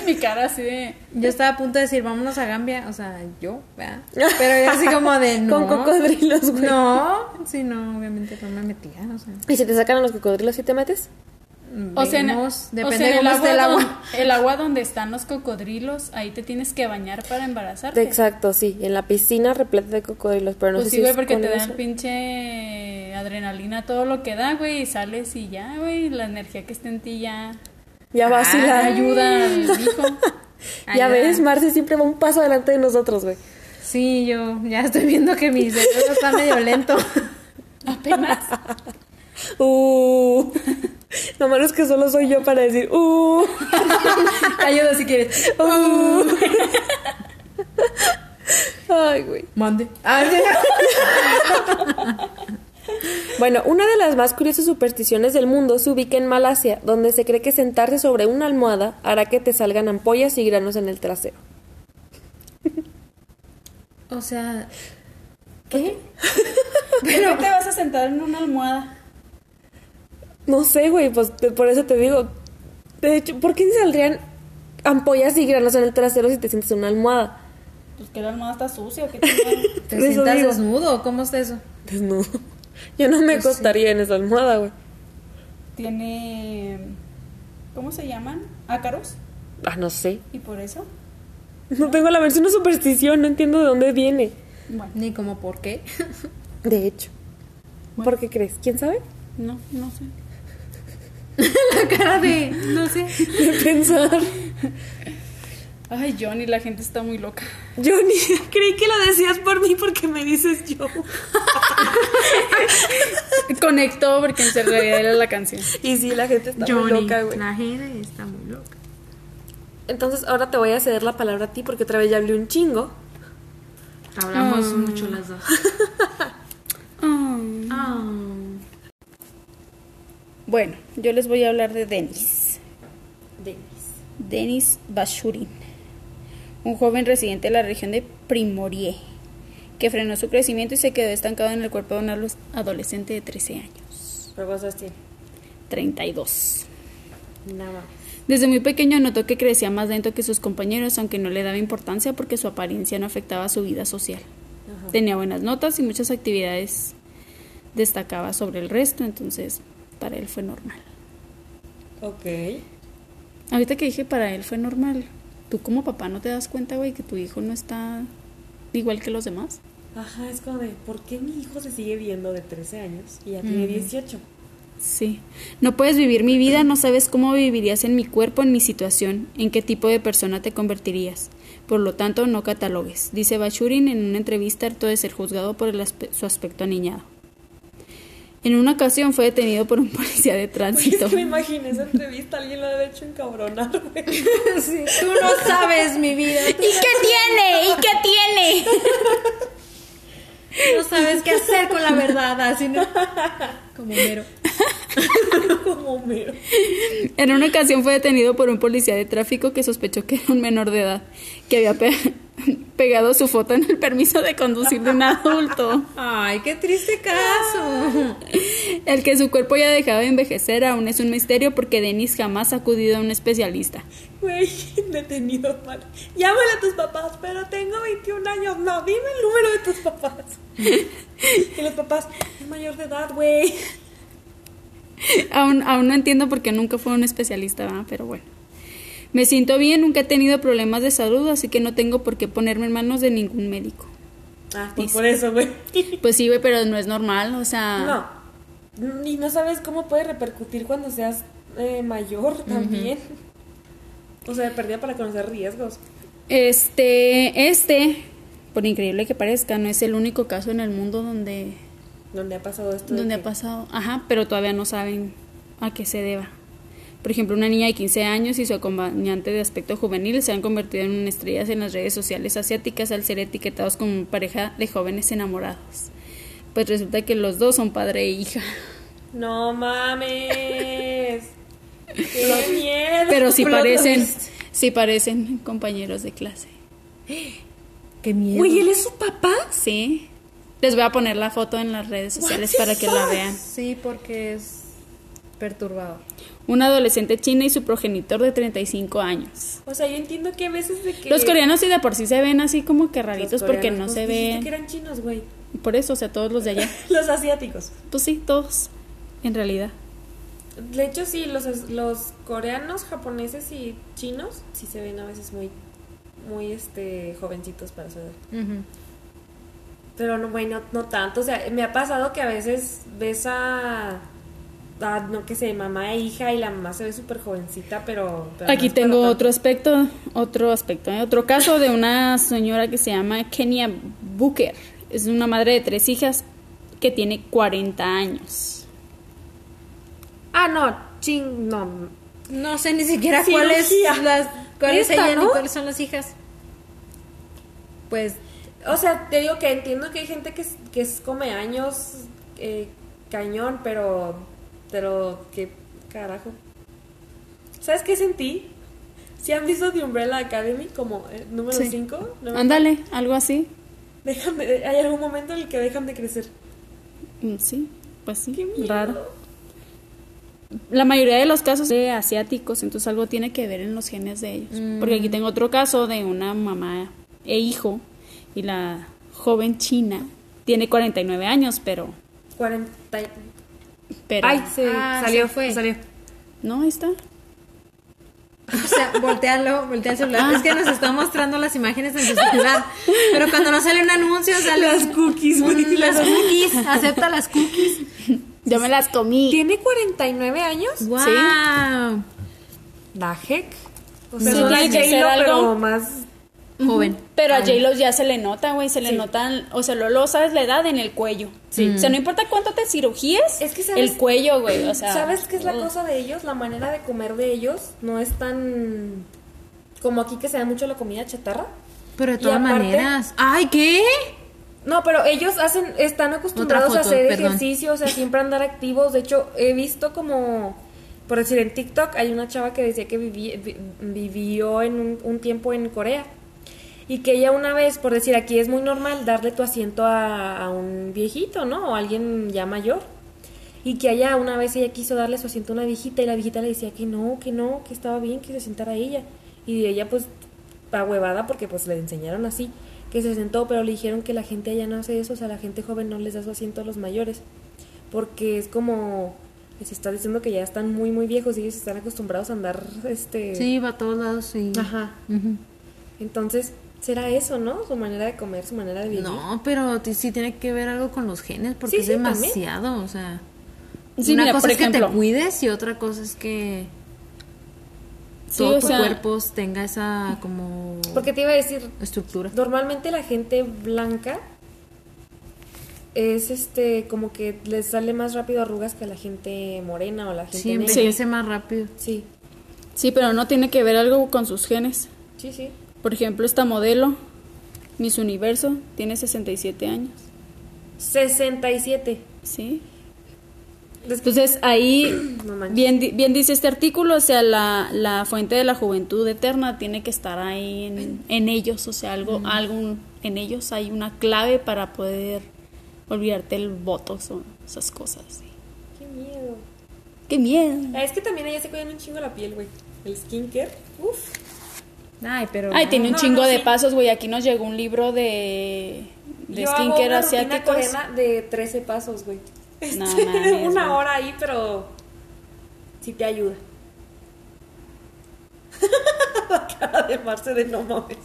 Speaker 1: Mi cara así de.
Speaker 3: Yo estaba a punto de decir, vámonos a Gambia, o sea, yo, ¿verdad? Pero yo así como de, no.
Speaker 5: Con cocodrilos, güey.
Speaker 3: No, sí, no, obviamente no me metía, o sea.
Speaker 5: ¿Y si te sacan a los cocodrilos y te metes?
Speaker 1: O sea, en-
Speaker 3: vemos,
Speaker 1: o
Speaker 3: depende
Speaker 1: sea, en
Speaker 3: de cómo esté el
Speaker 1: don-
Speaker 3: agua.
Speaker 1: el agua donde están los cocodrilos, ahí te tienes que bañar para embarazarte.
Speaker 5: Exacto, sí. En la piscina repleta de cocodrilos, pero no
Speaker 1: Pues
Speaker 5: sé
Speaker 1: sí,
Speaker 5: si
Speaker 1: güey,
Speaker 5: es
Speaker 1: porque
Speaker 5: con
Speaker 1: te dan
Speaker 5: eso.
Speaker 1: pinche adrenalina, todo lo que da, güey, y sales y ya, güey, la energía que está en ti ya Ah,
Speaker 5: Ya vas y la
Speaker 1: ayuda al hijo.
Speaker 5: Ya
Speaker 3: Ayuda.
Speaker 5: ves, Marce siempre va un paso adelante de nosotros, güey.
Speaker 3: Sí, yo ya estoy viendo que mi cerebro está medio lento.
Speaker 1: Apenas.
Speaker 5: Uh. Lo malo es que solo soy yo para decir uh.
Speaker 1: Te ayudo si quieres.
Speaker 5: Ay, güey.
Speaker 3: Mande. Ah, sí.
Speaker 5: Bueno, una de las más curiosas supersticiones del mundo se ubica en Malasia, donde se cree que sentarse sobre una almohada hará que te salgan ampollas y granos en el trasero.
Speaker 3: O sea, ¿qué?
Speaker 1: Pero te vas a sentar en una almohada.
Speaker 5: No sé, güey, pues te- por eso te digo. De hecho, ¿por qué saldrían ampollas y granos en el trasero si te sientes en una almohada?
Speaker 1: Pues que la almohada está sucia, que te
Speaker 3: ¿Te
Speaker 5: Eso
Speaker 3: sientas
Speaker 5: digo.
Speaker 3: desnudo? ¿Cómo está eso?
Speaker 5: Desnudo. Pues Yo no me acostaría en esa almohada, güey.
Speaker 1: tiene ¿cómo se llaman? ácaros
Speaker 5: Ah, no sé.
Speaker 1: y por eso.
Speaker 5: No tengo la versión de superstición, no entiendo de dónde viene.
Speaker 1: Bueno,
Speaker 3: Ni como por qué.
Speaker 5: De hecho. ¿Por qué crees? ¿Quién sabe?
Speaker 1: no, no sé.
Speaker 3: La cara de, no sé.
Speaker 5: De pensar.
Speaker 1: Ay, Johnny, la gente está muy loca.
Speaker 5: Johnny, creí que lo decías por mí porque me dices yo.
Speaker 1: Conectó porque en realidad era la canción.
Speaker 5: Y sí, la gente está muy loca, güey.
Speaker 2: la gente está muy loca.
Speaker 5: Entonces, ahora te voy a ceder la palabra a ti porque otra vez ya hablé un chingo.
Speaker 2: Hablamos
Speaker 5: Mm.
Speaker 2: mucho las dos. Ah.
Speaker 1: Bueno, yo les voy a hablar de Denis. Denis. Denis Bashurin, un joven residente de la región de Primorie, que frenó su crecimiento y se quedó estancado en el cuerpo de un alos- adolescente de 13 años,
Speaker 5: Pero vos así.
Speaker 1: 32.
Speaker 5: Nada.
Speaker 1: Desde muy pequeño notó que crecía más lento que sus compañeros, aunque no le daba importancia porque su apariencia no afectaba su vida social. Tenía buenas notas y muchas actividades destacaba sobre el resto, entonces para él fue normal.
Speaker 5: Ok.
Speaker 1: Ahorita que dije para él fue normal. Tú como papá no te das cuenta, güey, que tu hijo no está igual que los demás.
Speaker 5: Ajá, es como de, ¿por qué mi hijo se sigue viendo de 13 años y ya tiene 18?
Speaker 1: Sí. No puedes vivir mi vida, no sabes cómo vivirías en mi cuerpo, en mi situación, en qué tipo de persona te convertirías. Por lo tanto, no catalogues, dice Bachurin en una entrevista harto de ser juzgado por el aspe- su aspecto aniñado. En una ocasión fue detenido por un policía de tránsito.
Speaker 5: Pues Es que me imaginé esa entrevista, alguien lo debe hecho encabronar, güey.
Speaker 3: Sí, tú no sabes mi vida.
Speaker 1: ¿Y qué tiene? ¿Y qué tiene?
Speaker 3: Tú no sabes qué hacer con la verdad. Así no. Como mero.
Speaker 5: Como mero.
Speaker 1: En una ocasión fue detenido por un policía de tráfico que sospechó que era un menor de edad, que había pe- pegado su foto en el permiso de conducir de un adulto,
Speaker 3: Ay, qué triste caso.
Speaker 1: el que su cuerpo ya dejaba de envejecer aún es un misterio porque Denis jamás ha acudido a un especialista.
Speaker 5: Güey, detenido mal. Llámale a tus papás, pero tengo 21 años. No, dime el número de tus papás. Y los papás, es mayor de edad, güey.
Speaker 1: Aún, aún no entiendo por qué nunca fue un especialista, ¿verdad? pero bueno. Me siento bien, nunca he tenido problemas de salud, así que no tengo por qué ponerme en manos de ningún médico.
Speaker 5: Ah,
Speaker 1: pues
Speaker 5: por eso, güey.
Speaker 1: Pues sí, güey, pero no es normal, o sea...
Speaker 5: No. Y no sabes cómo puede repercutir cuando seas eh, mayor también. O sea, perdida para conocer riesgos.
Speaker 1: Este, este, por increíble que parezca, no es el único caso en el mundo donde,
Speaker 5: Donde ha pasado esto. de
Speaker 1: donde
Speaker 5: que-
Speaker 1: ha pasado. Ajá, pero todavía no saben a qué se deba. Por ejemplo, una niña de 15 años y su acompañante de aspecto juvenil se han convertido en estrellas en las redes sociales asiáticas al ser etiquetados como pareja de jóvenes enamorados. Pues resulta que los dos son padre e hija.
Speaker 5: No mames. Qué miedo.
Speaker 1: Pero sí
Speaker 5: Plot
Speaker 1: parecen,
Speaker 5: twist.
Speaker 1: sí parecen compañeros de clase.
Speaker 3: Qué miedo.
Speaker 5: Güey, ¿él es su papá?
Speaker 1: Sí. Les voy a poner la foto en las redes sociales para que la vean.
Speaker 3: Sí, porque es perturbador.
Speaker 1: una adolescente china y su progenitor de 35 años.
Speaker 5: O sea, yo entiendo que a veces de que...
Speaker 1: Los coreanos sí de por sí se ven así como que
Speaker 5: Los
Speaker 1: raritos porque
Speaker 5: coreanos,
Speaker 1: no
Speaker 5: pues,
Speaker 1: se
Speaker 5: dijiste
Speaker 1: ven.
Speaker 5: que eran chinos, güey.
Speaker 1: Por eso, o sea, todos los de allá.
Speaker 5: Los asiáticos.
Speaker 1: Pues sí, todos, en realidad.
Speaker 5: De hecho, sí, los, los coreanos, japoneses y chinos sí se ven a veces muy, muy este, jovencitos para su edad. Pero no, güey, no, no tanto. O sea, me ha pasado que a veces ves a ah, no que sé, mamá e hija y la mamá se ve súper jovencita, pero... pero
Speaker 1: Aquí
Speaker 5: no es para
Speaker 1: tengo
Speaker 5: tanto.
Speaker 1: otro aspecto, otro aspecto, ¿eh? otro caso de una señora que se llama Kenia Booker. Es una madre de tres hijas que tiene 40 años.
Speaker 5: Ah, no, ching, no.
Speaker 3: No sé ni siquiera cuáles
Speaker 5: Cirugía.
Speaker 3: las cuáles
Speaker 5: Esta,
Speaker 3: ella ni
Speaker 5: ¿no?
Speaker 3: cuáles son las hijas. Pues
Speaker 5: O sea, te digo que entiendo que hay gente que, es- que es come años eh, cañón, pero... Pero, ¿qué carajo? ¿Sabes qué sentí? ¿Si han visto The Umbrella Academy como eh, número
Speaker 1: Sí. Ah.
Speaker 5: 5?
Speaker 1: Ándale, algo así.
Speaker 5: eh, hay algún momento en el que dejan de crecer.
Speaker 1: Mm, Sí, pues sí,
Speaker 5: Qué miedo.
Speaker 1: raro. La mayoría de los casos de asiáticos, entonces algo tiene que ver en los genes de ellos. Porque
Speaker 5: Mm.
Speaker 1: aquí tengo otro caso de una mamá e hijo y la joven china tiene 49 años, pero...
Speaker 5: 40... y-
Speaker 1: pero
Speaker 5: Ay, se
Speaker 3: Ah, se
Speaker 5: salió,
Speaker 3: fue.
Speaker 5: salió.
Speaker 1: No, ahí está.
Speaker 3: O sea, voltealo, voltea el celular. Es que nos está mostrando las imágenes en su celular. Pero cuando no sale un anuncio, sale.
Speaker 5: Las
Speaker 3: un-
Speaker 5: cookies,
Speaker 3: un-
Speaker 5: güey,
Speaker 3: las cookies. Acepta las cookies.
Speaker 1: Yo me las comí.
Speaker 5: ¿Tiene 49 años?
Speaker 3: ¡Wow!
Speaker 5: ¿La heck? O
Speaker 1: Sí, tiene que ser algo.
Speaker 5: pero más...
Speaker 3: Joven.
Speaker 1: Pero a J-Lo ya se le nota, güey, se le notan, o sea, lo, lo sabes la edad en el cuello. Sí. O sea, no importa cuánto te cirugías,
Speaker 5: Es que sabes-
Speaker 1: el cuello, güey, o sea.
Speaker 5: ¿Sabes qué es la
Speaker 1: uh,
Speaker 5: cosa de ellos? La manera de comer de ellos no es tan... Como aquí que se da mucho la comida chatarra.
Speaker 3: Pero de
Speaker 5: Y
Speaker 3: todas
Speaker 5: aparte-
Speaker 3: maneras. ¡Ay, qué!
Speaker 5: No, pero ellos hacen, están acostumbrados
Speaker 3: Otra
Speaker 5: a
Speaker 3: foto,
Speaker 5: hacer
Speaker 3: perdón.
Speaker 5: ejercicio, o sea, siempre andar activos. De hecho, he visto como, por decir, en TikTok hay una chava que decía que vivi- vi- vivió en un, un tiempo en Corea. Y que ella una vez, por decir, aquí es muy normal darle tu asiento a, a un viejito, ¿no? O alguien ya mayor. Y que allá una vez ella quiso darle su asiento a una viejita y la viejita le decía que no, que no, que estaba bien, que se sentara ella. Y ella pues ahuevada porque pues le enseñaron así, que se sentó, pero le dijeron que la gente allá no hace eso, o sea, la gente joven no les da su asiento a los mayores, porque es como les está diciendo que ya están muy muy viejos y ellos están acostumbrados a andar este
Speaker 3: Sí, va a todos lados y.
Speaker 5: Ajá.
Speaker 3: Ujú.
Speaker 5: Entonces, será eso, ¿no? Su manera de comer, su manera de vivir.
Speaker 3: No, pero t- sí tiene que ver algo con los genes, porque
Speaker 5: Sí,
Speaker 3: es
Speaker 5: sí, también.
Speaker 3: demasiado, o sea.
Speaker 1: Sí,
Speaker 3: una
Speaker 1: mira,
Speaker 3: cosa
Speaker 1: por
Speaker 3: es que
Speaker 1: ejemplo.
Speaker 3: te cuides y otra cosa es que
Speaker 1: Sí,
Speaker 3: todo
Speaker 1: o
Speaker 3: tu
Speaker 1: sea,
Speaker 3: cuerpo tenga esa como
Speaker 5: Porque te iba a decir,
Speaker 3: estructura.
Speaker 5: Normalmente la gente blanca es este como que les sale más rápido arrugas que a la gente morena o la gente
Speaker 3: Sí,
Speaker 5: negra.
Speaker 1: Sí.
Speaker 3: envejece más rápido.
Speaker 5: Sí,
Speaker 1: Sí, pero no tiene que ver algo con sus genes.
Speaker 5: sí, sí.
Speaker 1: Por ejemplo, esta modelo, Miss Universo, tiene 67 años.
Speaker 5: 67.
Speaker 1: Sí.
Speaker 5: Es que-
Speaker 1: Entonces ahí,
Speaker 5: No manches.
Speaker 1: bien, di- bien dice este artículo, o sea, la, la fuente de la juventud eterna tiene que estar ahí en, en ellos, o sea, algo, algún, en ellos hay una clave para poder olvidarte el botox o esas cosas. sí.
Speaker 5: Qué miedo.
Speaker 1: ¡Qué miedo!
Speaker 5: Ah, Es que también ellas se cuidan un chingo la piel, güey. El skincare. Uf.
Speaker 3: Ay, pero
Speaker 1: Ay, tiene un
Speaker 5: no,
Speaker 1: chingo
Speaker 5: no,
Speaker 1: de
Speaker 5: sí.
Speaker 1: pasos, güey. Aquí nos llegó un libro de, de
Speaker 5: Yo hago
Speaker 1: skincare
Speaker 5: una rutina
Speaker 1: asiáticos.
Speaker 5: coreana de 13 pasos, güey.
Speaker 1: No
Speaker 5: Este,
Speaker 1: mames,
Speaker 5: una
Speaker 1: güey.
Speaker 5: hora ahí, pero sí te ayuda. la cara de Marce de no mames.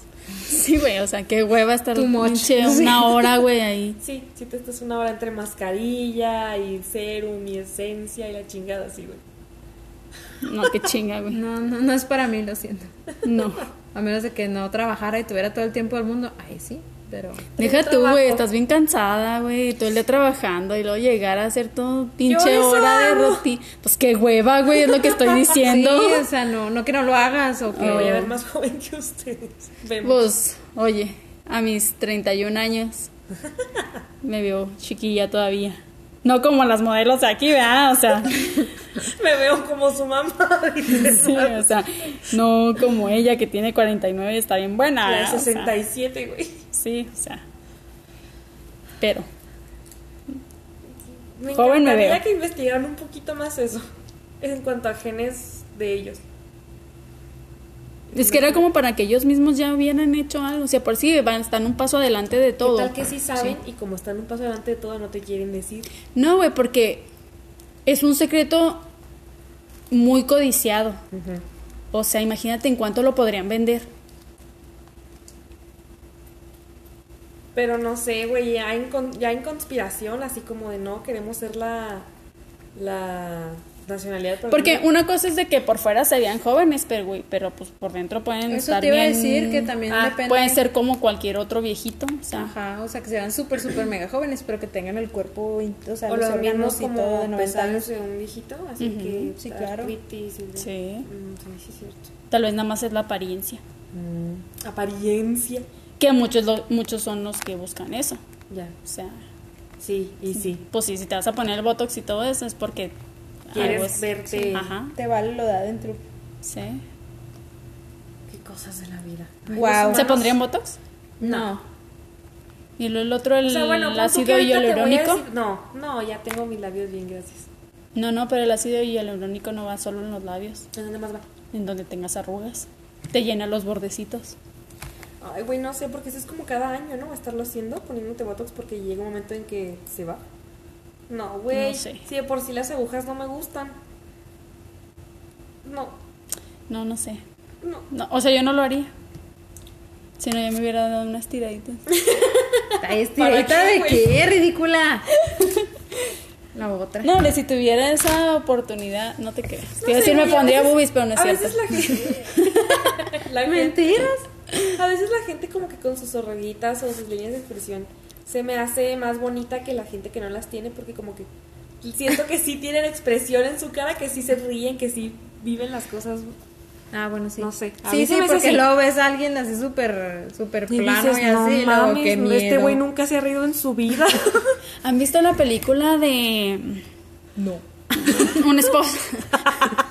Speaker 1: Sí, güey, o sea, qué hueva estar
Speaker 3: Too much.
Speaker 1: pinche una hora, güey, ahí.
Speaker 5: Sí, si te estás una hora entre mascarilla y serum y esencia y la chingada así, güey.
Speaker 1: No, qué chinga, güey.
Speaker 3: no, no, no es para mí, lo siento.
Speaker 1: No.
Speaker 3: A menos de que no trabajara y tuviera todo el tiempo del mundo. Ay, sí, pero
Speaker 1: Deja tú,
Speaker 5: trabajo.
Speaker 1: güey, estás bien cansada, güey, todo el día trabajando y luego llegar a hacer todo pinche
Speaker 5: eso
Speaker 1: hora de
Speaker 5: hago.
Speaker 1: rutina. Pues qué hueva, güey, es lo que estoy
Speaker 3: sí,
Speaker 1: diciendo.
Speaker 3: o sea, no no que no lo hagas o que
Speaker 5: Me voy a ver más joven que ustedes. Vemos.
Speaker 1: Pues, oye, a mis 31 años me veo chiquilla todavía. No como las modelos de aquí, ¿verdad? O sea,
Speaker 5: Me veo como su mamá. dices.
Speaker 1: sí, o sea, no como ella que tiene 49 y está bien buena.
Speaker 5: La de
Speaker 1: ¿verdad? Ah, O sea,
Speaker 5: 67, güey.
Speaker 1: sí, o sea. Pero,
Speaker 5: Me
Speaker 1: Joven me
Speaker 5: encantaría
Speaker 1: veo.
Speaker 5: que investigaran un poquito más eso. En cuanto a genes de ellos.
Speaker 1: es que era como para que ellos mismos ya hubieran hecho algo. O sea, por si van, están un paso adelante de todo.
Speaker 5: ¿Qué tal que sí saben y como están un paso adelante de todo no te quieren decir?
Speaker 1: No, güey, porque es un secreto muy codiciado. O sea, imagínate en cuánto lo podrían vender.
Speaker 5: Pero no sé, güey, ya en, con- ya en conspiración, así como de no, queremos ser la, la racionalidad.
Speaker 3: Pues
Speaker 5: por
Speaker 1: Porque
Speaker 5: ejemplo.
Speaker 1: una cosa es de que por fuera se vean jóvenes, pero güey, pero pues por dentro pueden
Speaker 3: Eso
Speaker 1: estar
Speaker 3: te iba a
Speaker 1: bien-
Speaker 3: decir que también
Speaker 1: Ah,
Speaker 3: depende-
Speaker 1: pueden ser como cualquier otro viejito, o sea,
Speaker 3: Ajá, o sea, que sean súper, súper mega jóvenes, pero que tengan el cuerpo, in- o sea,
Speaker 5: o
Speaker 3: los
Speaker 5: los mismos
Speaker 3: órganos y todo de
Speaker 5: como
Speaker 3: 90 años.
Speaker 5: pesados de un viejito, así que
Speaker 3: sí, claro.
Speaker 5: artritis y-
Speaker 1: Sí.
Speaker 5: Mm, sí, sí es cierto.
Speaker 1: tal vez nada más es la apariencia,
Speaker 3: Mm.
Speaker 5: Apariencia.
Speaker 1: que muchos lo- muchos son los que buscan eso,
Speaker 5: Ya.
Speaker 1: o sea,
Speaker 5: Sí, y sí.
Speaker 1: pues sí, si te vas a poner el botox y todo eso es porque
Speaker 5: Quieres
Speaker 1: algo es-
Speaker 5: verte.
Speaker 1: Ajá,
Speaker 3: Te vale lo de adentro.
Speaker 1: sí.
Speaker 5: Qué cosas de la vida.
Speaker 3: Wow.
Speaker 1: ¿Se pondrían botox?
Speaker 3: No.
Speaker 1: Y lo- el otro el,
Speaker 5: O sea, bueno, pon tú que
Speaker 1: ácido
Speaker 5: ahorita te voy a
Speaker 1: hialurónico.
Speaker 5: decir- No, no, ya tengo mis labios bien, gracias.
Speaker 1: No, no, pero el ácido hialurónico no va solo en los labios,
Speaker 5: ¿En dónde más va?
Speaker 1: en donde tengas arrugas. Te llena los bordecitos.
Speaker 5: Ay, güey, no sé, porque eso es como cada año, ¿no? Estarlo haciendo, poniéndote botox, porque llega un momento en que se va. No, güey.
Speaker 1: No sé.
Speaker 5: Si de por sí las agujas no me gustan. No,
Speaker 1: No, no sé.
Speaker 5: no.
Speaker 1: No, o sea, yo no lo haría. Si no, ya me hubiera dado unas tiraditas.
Speaker 3: Ahí
Speaker 5: ¿Para qué,
Speaker 3: de
Speaker 5: güey?
Speaker 3: qué, ridícula. La otra.
Speaker 1: No, hombre, si tuviera esa oportunidad, no te creas. Te iba a decir, me pondría boobies, pero no es
Speaker 5: a
Speaker 1: cierto.
Speaker 5: veces la gente. la gente-
Speaker 3: Mentiras.
Speaker 5: a veces la gente, como que con sus horriguitas o sus líneas de expresión, se me hace más bonita que la gente que no las tiene, porque como que siento que sí tienen expresión en su cara, que sí se ríen, que sí viven las cosas.
Speaker 3: Ah, bueno, sí.
Speaker 5: No sé. A
Speaker 3: Sí,
Speaker 5: mí se
Speaker 3: sí,
Speaker 5: me hace
Speaker 3: porque
Speaker 5: así.
Speaker 3: luego ves a alguien así súper, súper
Speaker 5: Y
Speaker 3: plano
Speaker 5: dices,
Speaker 3: y así,
Speaker 5: no
Speaker 3: luego
Speaker 5: mames,
Speaker 3: qué miedo.
Speaker 5: este güey nunca se ha reído en su vida.
Speaker 1: ¿Han visto la película de
Speaker 3: No.
Speaker 1: Un esposo?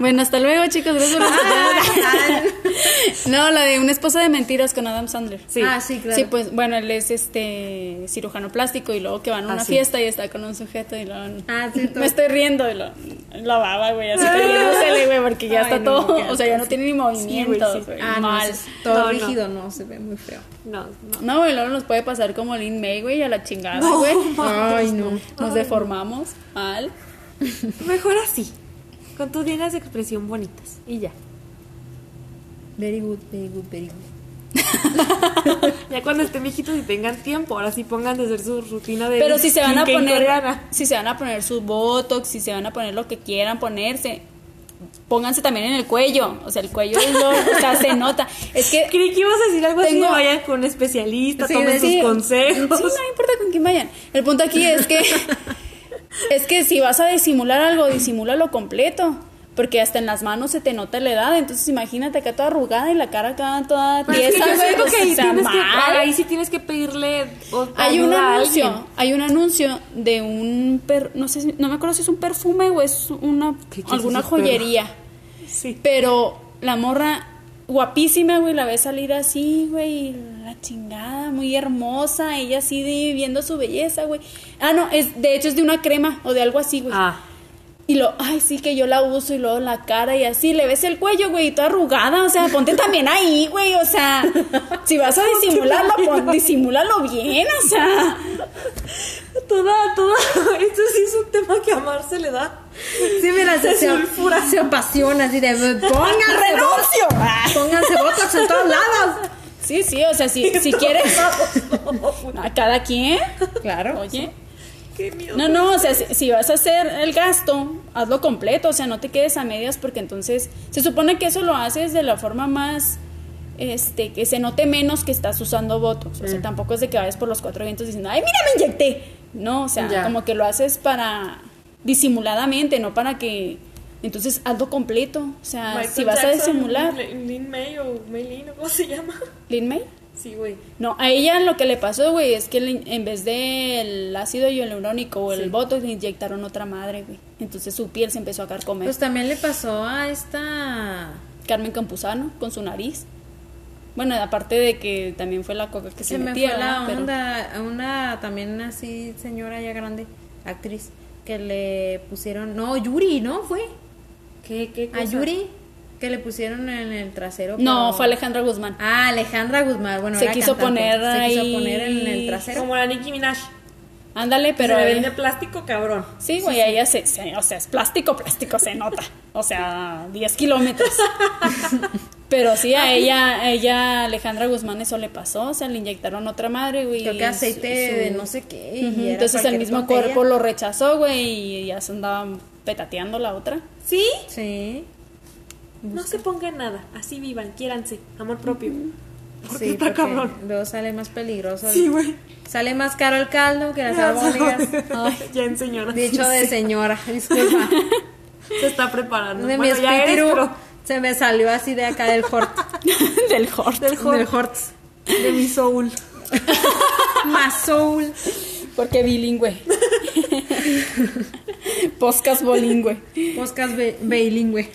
Speaker 1: bueno, hasta luego, chicos. Gracias por
Speaker 3: Ah.
Speaker 1: escuchar. No, la de Una esposa de mentiras con Adam Sandler.
Speaker 5: Sí.
Speaker 3: Ah, sí, claro.
Speaker 1: Sí, pues bueno, él es este cirujano plástico y luego que van a
Speaker 5: Ah,
Speaker 1: una
Speaker 5: sí.
Speaker 1: fiesta y está con un sujeto y luego
Speaker 3: Ah, sí, todo.
Speaker 1: me estoy riendo y lo, la baba, güey, así cayéndosele, güey, porque ya
Speaker 3: Ay,
Speaker 1: está
Speaker 3: no, qué
Speaker 1: todo, o
Speaker 3: asco,
Speaker 1: sea, ya no tiene ni movimientos,
Speaker 5: sí.
Speaker 1: güey,
Speaker 3: Ah, no,
Speaker 1: mal.
Speaker 3: eso es todo
Speaker 5: No, no.
Speaker 3: rígido, no. se ve muy feo.
Speaker 5: No, no.
Speaker 1: No, güey, luego nos puede pasar como Lin May, güey, a la chingada, güey.
Speaker 3: Ay, no.
Speaker 1: Nos deformamos mal.
Speaker 5: Mejor así. Con tus líneas de expresión bonitas. Y ya.
Speaker 3: Very good, very good, very good.
Speaker 5: Ya cuando estén viejitos y tengan tiempo, ahora sí pongan de hacer su rutina de.
Speaker 1: Pero si se van a
Speaker 5: skincare
Speaker 1: poner,
Speaker 5: coreana.
Speaker 1: si se van a poner sus botox, si se van a poner lo que quieran ponerse, pónganse también en el cuello, o sea, el cuello es lo, o sea, se nota. Es que
Speaker 5: Creí que ibas a decir algo así.
Speaker 1: Tengo-
Speaker 5: de Vayan con un especialista,
Speaker 1: Sí,
Speaker 5: tomen
Speaker 1: sí,
Speaker 5: sus consejos.
Speaker 1: Sí, no importa con quién vayan. El punto aquí es que es que si vas a disimular algo, disimúlalo completo. Porque hasta en las manos se te nota la edad, entonces imagínate acá toda arrugada y la cara acá toda
Speaker 5: Pero es que
Speaker 1: tiesa,
Speaker 5: yo
Speaker 1: güey,
Speaker 5: siento
Speaker 1: pues,
Speaker 5: que ahí
Speaker 1: o sea,
Speaker 5: tienes que-
Speaker 1: mal.
Speaker 5: ahí sí tienes que pedirle o-
Speaker 1: Hay un
Speaker 5: ayuda a
Speaker 1: anuncio,
Speaker 5: alguien.
Speaker 1: hay un anuncio de un per- no sé, si- no me acuerdo si es un perfume o es una
Speaker 5: ¿Qué quieres
Speaker 1: alguna
Speaker 5: decir, perro?
Speaker 1: joyería.
Speaker 5: Sí.
Speaker 1: Pero la morra, guapísima, güey, la ve salir así, güey, y la chingada, muy hermosa, ella así de, viendo su belleza, güey. Ah, no, es, de hecho es de una crema o de algo así,
Speaker 3: Pues,
Speaker 1: güey.
Speaker 5: Ah.
Speaker 1: Y lo, ay, sí que yo la uso y luego la cara y así, le ves el cuello, güey, y toda arrugada, o sea, ponte también ahí, güey, o sea, si vas a disimularlo, pon, disimúlalo bien, o sea.
Speaker 5: Toda, toda. Esto sí es un tema que a Mar se le da.
Speaker 3: Sí, mira, se,
Speaker 5: Se
Speaker 3: se,
Speaker 5: sulfura.
Speaker 3: se apasiona así de pónganse
Speaker 1: ¡Renuncio!
Speaker 3: botox, pónganse botox en todos lados.
Speaker 1: Sí, sí, o sea, si, si quieres, a cada quien,
Speaker 3: Claro.
Speaker 1: oye.
Speaker 5: Qué miedo.
Speaker 1: No, no, o sea, si, si vas a hacer el gasto, hazlo completo, o sea, no te quedes a medias porque entonces se supone que eso lo haces de la forma más, este, que se note menos que estás usando botox, o
Speaker 5: Mm.
Speaker 1: sea, tampoco es de que vayas por los cuatro vientos diciendo, ay, mira, me inyecté. No, o sea,
Speaker 5: Ya.
Speaker 1: como que lo haces para disimuladamente, no para que... Entonces, hazlo completo, o sea,
Speaker 5: Michael
Speaker 1: Ah, si vas a
Speaker 5: Jackson,
Speaker 1: disimular...
Speaker 5: Le- Lin May o Maylin, ¿o ¿cómo se llama?
Speaker 1: ¿Lin May?
Speaker 5: Sí, güey.
Speaker 1: No, a ella lo que le pasó, güey, es que le- en vez del ácido hialurónico o el botox le inyectaron otra madre, güey. Entonces su piel se empezó a carcomer.
Speaker 3: Pues también le pasó a esta.
Speaker 1: Carmen Campuzano con su nariz. Bueno, aparte de que también fue la coca que se,
Speaker 3: Se me
Speaker 1: metía,
Speaker 3: fue la
Speaker 1: ¿verdad? Pero-
Speaker 3: onda a una también así señora ya grande, actriz, que le pusieron, no, Yuri, ¿no? Fue
Speaker 5: ¿Qué, qué cosa?
Speaker 3: a Ah, Yuri que le pusieron en el trasero.
Speaker 1: No,
Speaker 3: pero-
Speaker 1: fue Alejandra Guzmán.
Speaker 3: Ah, Alejandra Guzmán, bueno,
Speaker 1: Se
Speaker 3: era
Speaker 1: quiso
Speaker 3: cantante.
Speaker 1: poner
Speaker 3: se quiso
Speaker 1: ahí-
Speaker 3: poner en el trasero.
Speaker 5: Como la Nicki Minaj.
Speaker 3: Pues
Speaker 1: Ándale, pero.
Speaker 2: se
Speaker 1: ahí-
Speaker 2: vende plástico, cabrón.
Speaker 1: Sí, güey, ahí se, se- o sea, es plástico, plástico, se nota. O sea, 10 kilómetros. Pero sí,
Speaker 3: Ah,
Speaker 1: a ella, a ella, Alejandra Guzmán, eso le pasó, o sea, le inyectaron otra madre, güey.
Speaker 3: Creo
Speaker 1: y
Speaker 3: que aceite
Speaker 1: su- su-
Speaker 3: de no sé qué. y
Speaker 1: Ujú,
Speaker 3: era
Speaker 1: Entonces el
Speaker 3: cualquier
Speaker 1: mismo
Speaker 3: tontería.
Speaker 1: cuerpo lo rechazó, güey, y ya se andaba petateando la otra.
Speaker 2: ¿Sí?
Speaker 3: Sí.
Speaker 2: No se pongan nada. Así vivan, quiéranse. Amor propio. Porque
Speaker 3: Sí,
Speaker 2: está
Speaker 3: porque
Speaker 2: cabrón.
Speaker 3: Luego sale más peligroso. el-
Speaker 2: Sí, güey.
Speaker 3: Sale más caro el caldo que las albóndigas. Ay,
Speaker 2: ya en señora.
Speaker 3: Dicho de señora, disculpa.
Speaker 2: Se está preparando.
Speaker 3: De mi
Speaker 2: bueno, ya eres,
Speaker 3: espíritu
Speaker 2: pero
Speaker 3: se me salió así de acá del hort.
Speaker 1: Del Hort.
Speaker 2: del hot,
Speaker 3: Del hort.
Speaker 2: de mi soul.
Speaker 3: Más soul.
Speaker 1: Porque bilingüe. Podcast bilingüe.
Speaker 3: Podcast be- bilingüe.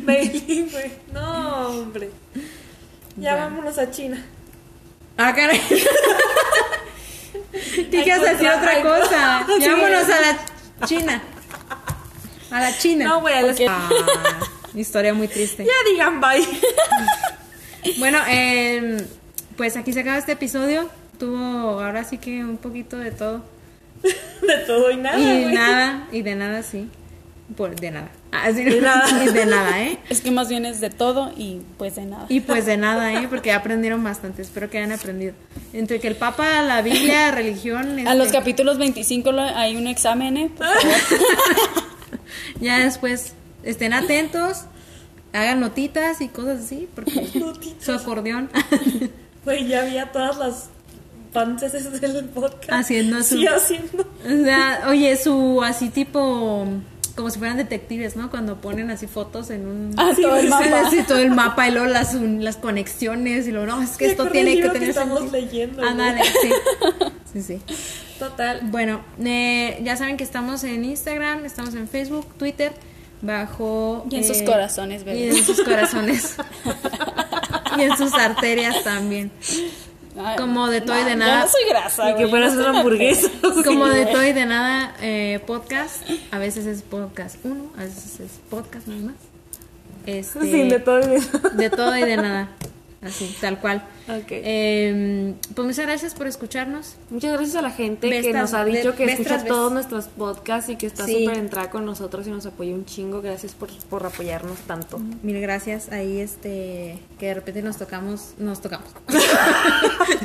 Speaker 2: Bailín, güey. No, hombre. Ya vámonos a China.
Speaker 3: Ah, caray. ¿Qué a decir
Speaker 2: contra-
Speaker 3: otra
Speaker 2: ay,
Speaker 3: cosa?
Speaker 2: no. Sí.
Speaker 3: Vámonos a la China. A la China.
Speaker 2: No, güey, a la-
Speaker 3: Ah, historia muy triste.
Speaker 2: Ya digan bye.
Speaker 3: Bueno, em, pues aquí se acaba este episodio. Tuvo ahora sí que un poquito de todo.
Speaker 2: De todo y nada,
Speaker 3: y
Speaker 2: güey.
Speaker 3: nada, y de nada sí. Por, de nada. Ah, sí,
Speaker 2: De nada.
Speaker 3: Y de nada, ¿eh?
Speaker 1: Es que más bien es de todo y pues de nada.
Speaker 3: Y pues de nada, ¿eh? Porque ya aprendieron bastante. Espero que hayan aprendido. Entre que el Papa, la Biblia, religión.
Speaker 1: A los
Speaker 3: este,
Speaker 1: capítulos 25 lo- hay un examen, ¿eh?
Speaker 3: Ya después estén atentos, hagan notitas y cosas así, porque
Speaker 2: Notitas.
Speaker 3: su acordeón
Speaker 2: Güey, ya había todas las panzas esas del podcast.
Speaker 3: haciendo su.
Speaker 2: Sí, haciendo.
Speaker 3: O sea, oye, su así tipo. Como si fueran detectives, ¿no? Cuando ponen así fotos en un.
Speaker 1: Ah, todo el
Speaker 3: Sí,
Speaker 1: mapa.
Speaker 3: sí, todo el mapa y luego las, un- las conexiones y luego, no, es que
Speaker 2: Me
Speaker 3: esto
Speaker 2: acuerdo
Speaker 3: tiene
Speaker 2: del
Speaker 3: que
Speaker 2: libro que
Speaker 3: tener
Speaker 2: estamos
Speaker 3: sentido. Ah,
Speaker 2: leyendo,
Speaker 3: Ándale,
Speaker 2: güey.
Speaker 3: sí. Sí, sí.
Speaker 2: Total.
Speaker 3: Bueno, eh, ya saben que estamos en Instagram, estamos en Facebook, Twitter, bajo...
Speaker 1: Y en
Speaker 3: eh,
Speaker 1: sus corazones,
Speaker 3: Y
Speaker 1: bebés.
Speaker 3: en sus corazones. y en sus arterias también.
Speaker 1: Ay,
Speaker 3: Como de todo y de
Speaker 1: no,
Speaker 3: nada.
Speaker 1: Yo no soy grasa,
Speaker 2: Y que
Speaker 1: güey,
Speaker 2: fueras
Speaker 1: no soy
Speaker 2: una hamburguesa.
Speaker 3: Como de
Speaker 1: güey.
Speaker 3: todo y de nada, eh, podcast. A veces es podcast uno, a veces es podcast nada más. Este,
Speaker 2: Sí, de todo y de nada.
Speaker 3: de todo y de nada. Así, tal cual.
Speaker 2: Ok.
Speaker 3: Eh, pues muchas gracias por escucharnos.
Speaker 2: Muchas gracias a la gente
Speaker 3: Ves
Speaker 2: que
Speaker 3: tras-
Speaker 2: nos ha dicho
Speaker 3: ve-
Speaker 2: que
Speaker 3: ves
Speaker 2: escucha
Speaker 3: tras ves.
Speaker 2: todos nuestros podcasts y que está
Speaker 3: Sí.
Speaker 2: súper entrada con nosotros y nos apoya un chingo. Gracias por, por apoyarnos tanto.
Speaker 3: Mil gracias. Ahí, este, que de repente nos tocamos, nos tocamos.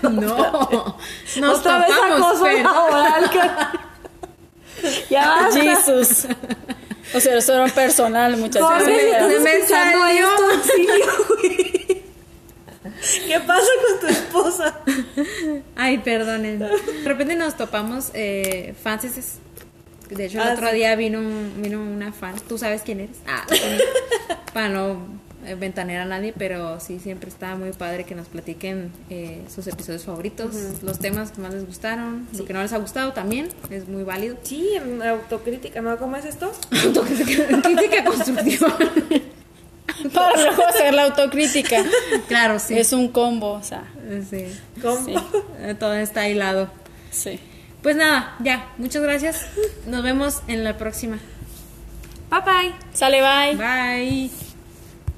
Speaker 3: no, nos
Speaker 2: Otra vez
Speaker 3: topamos,
Speaker 2: acoso
Speaker 3: pero-
Speaker 2: laboral, que- Ya basta.
Speaker 1: Jesus. O sea, eso era personal, muchachos.
Speaker 2: Jorge, si estás
Speaker 3: Se me
Speaker 2: escuchando
Speaker 3: salió.
Speaker 2: esto, sí, güey. ¿Qué pasa con tu esposa?
Speaker 3: Ay, perdonen. De repente nos topamos eh, fans. es- es- De hecho, el
Speaker 2: Ah,
Speaker 3: otro
Speaker 2: sí.
Speaker 3: día vino, un- vino una fan. ¿Tú sabes quién eres? Ah, sí. Para no eh, ventanear a nadie, pero sí, siempre está muy padre que nos platiquen eh, sus episodios favoritos, los temas que más les gustaron, lo que no les ha gustado también, es muy válido.
Speaker 2: Sí, en autocrítica, ¿no? ¿Cómo es esto?
Speaker 3: Crítica constructiva.
Speaker 1: Para luego hacer la autocrítica.
Speaker 3: claro, sí.
Speaker 1: Es un combo, o sea.
Speaker 3: Sí.
Speaker 2: ¿Cómo?
Speaker 1: Sí.
Speaker 3: Eh, Todo está hilado.
Speaker 1: Sí.
Speaker 3: Pues nada, ya. Muchas gracias. Nos vemos en la próxima.
Speaker 2: Bye bye.
Speaker 1: Sale, bye.
Speaker 3: Bye.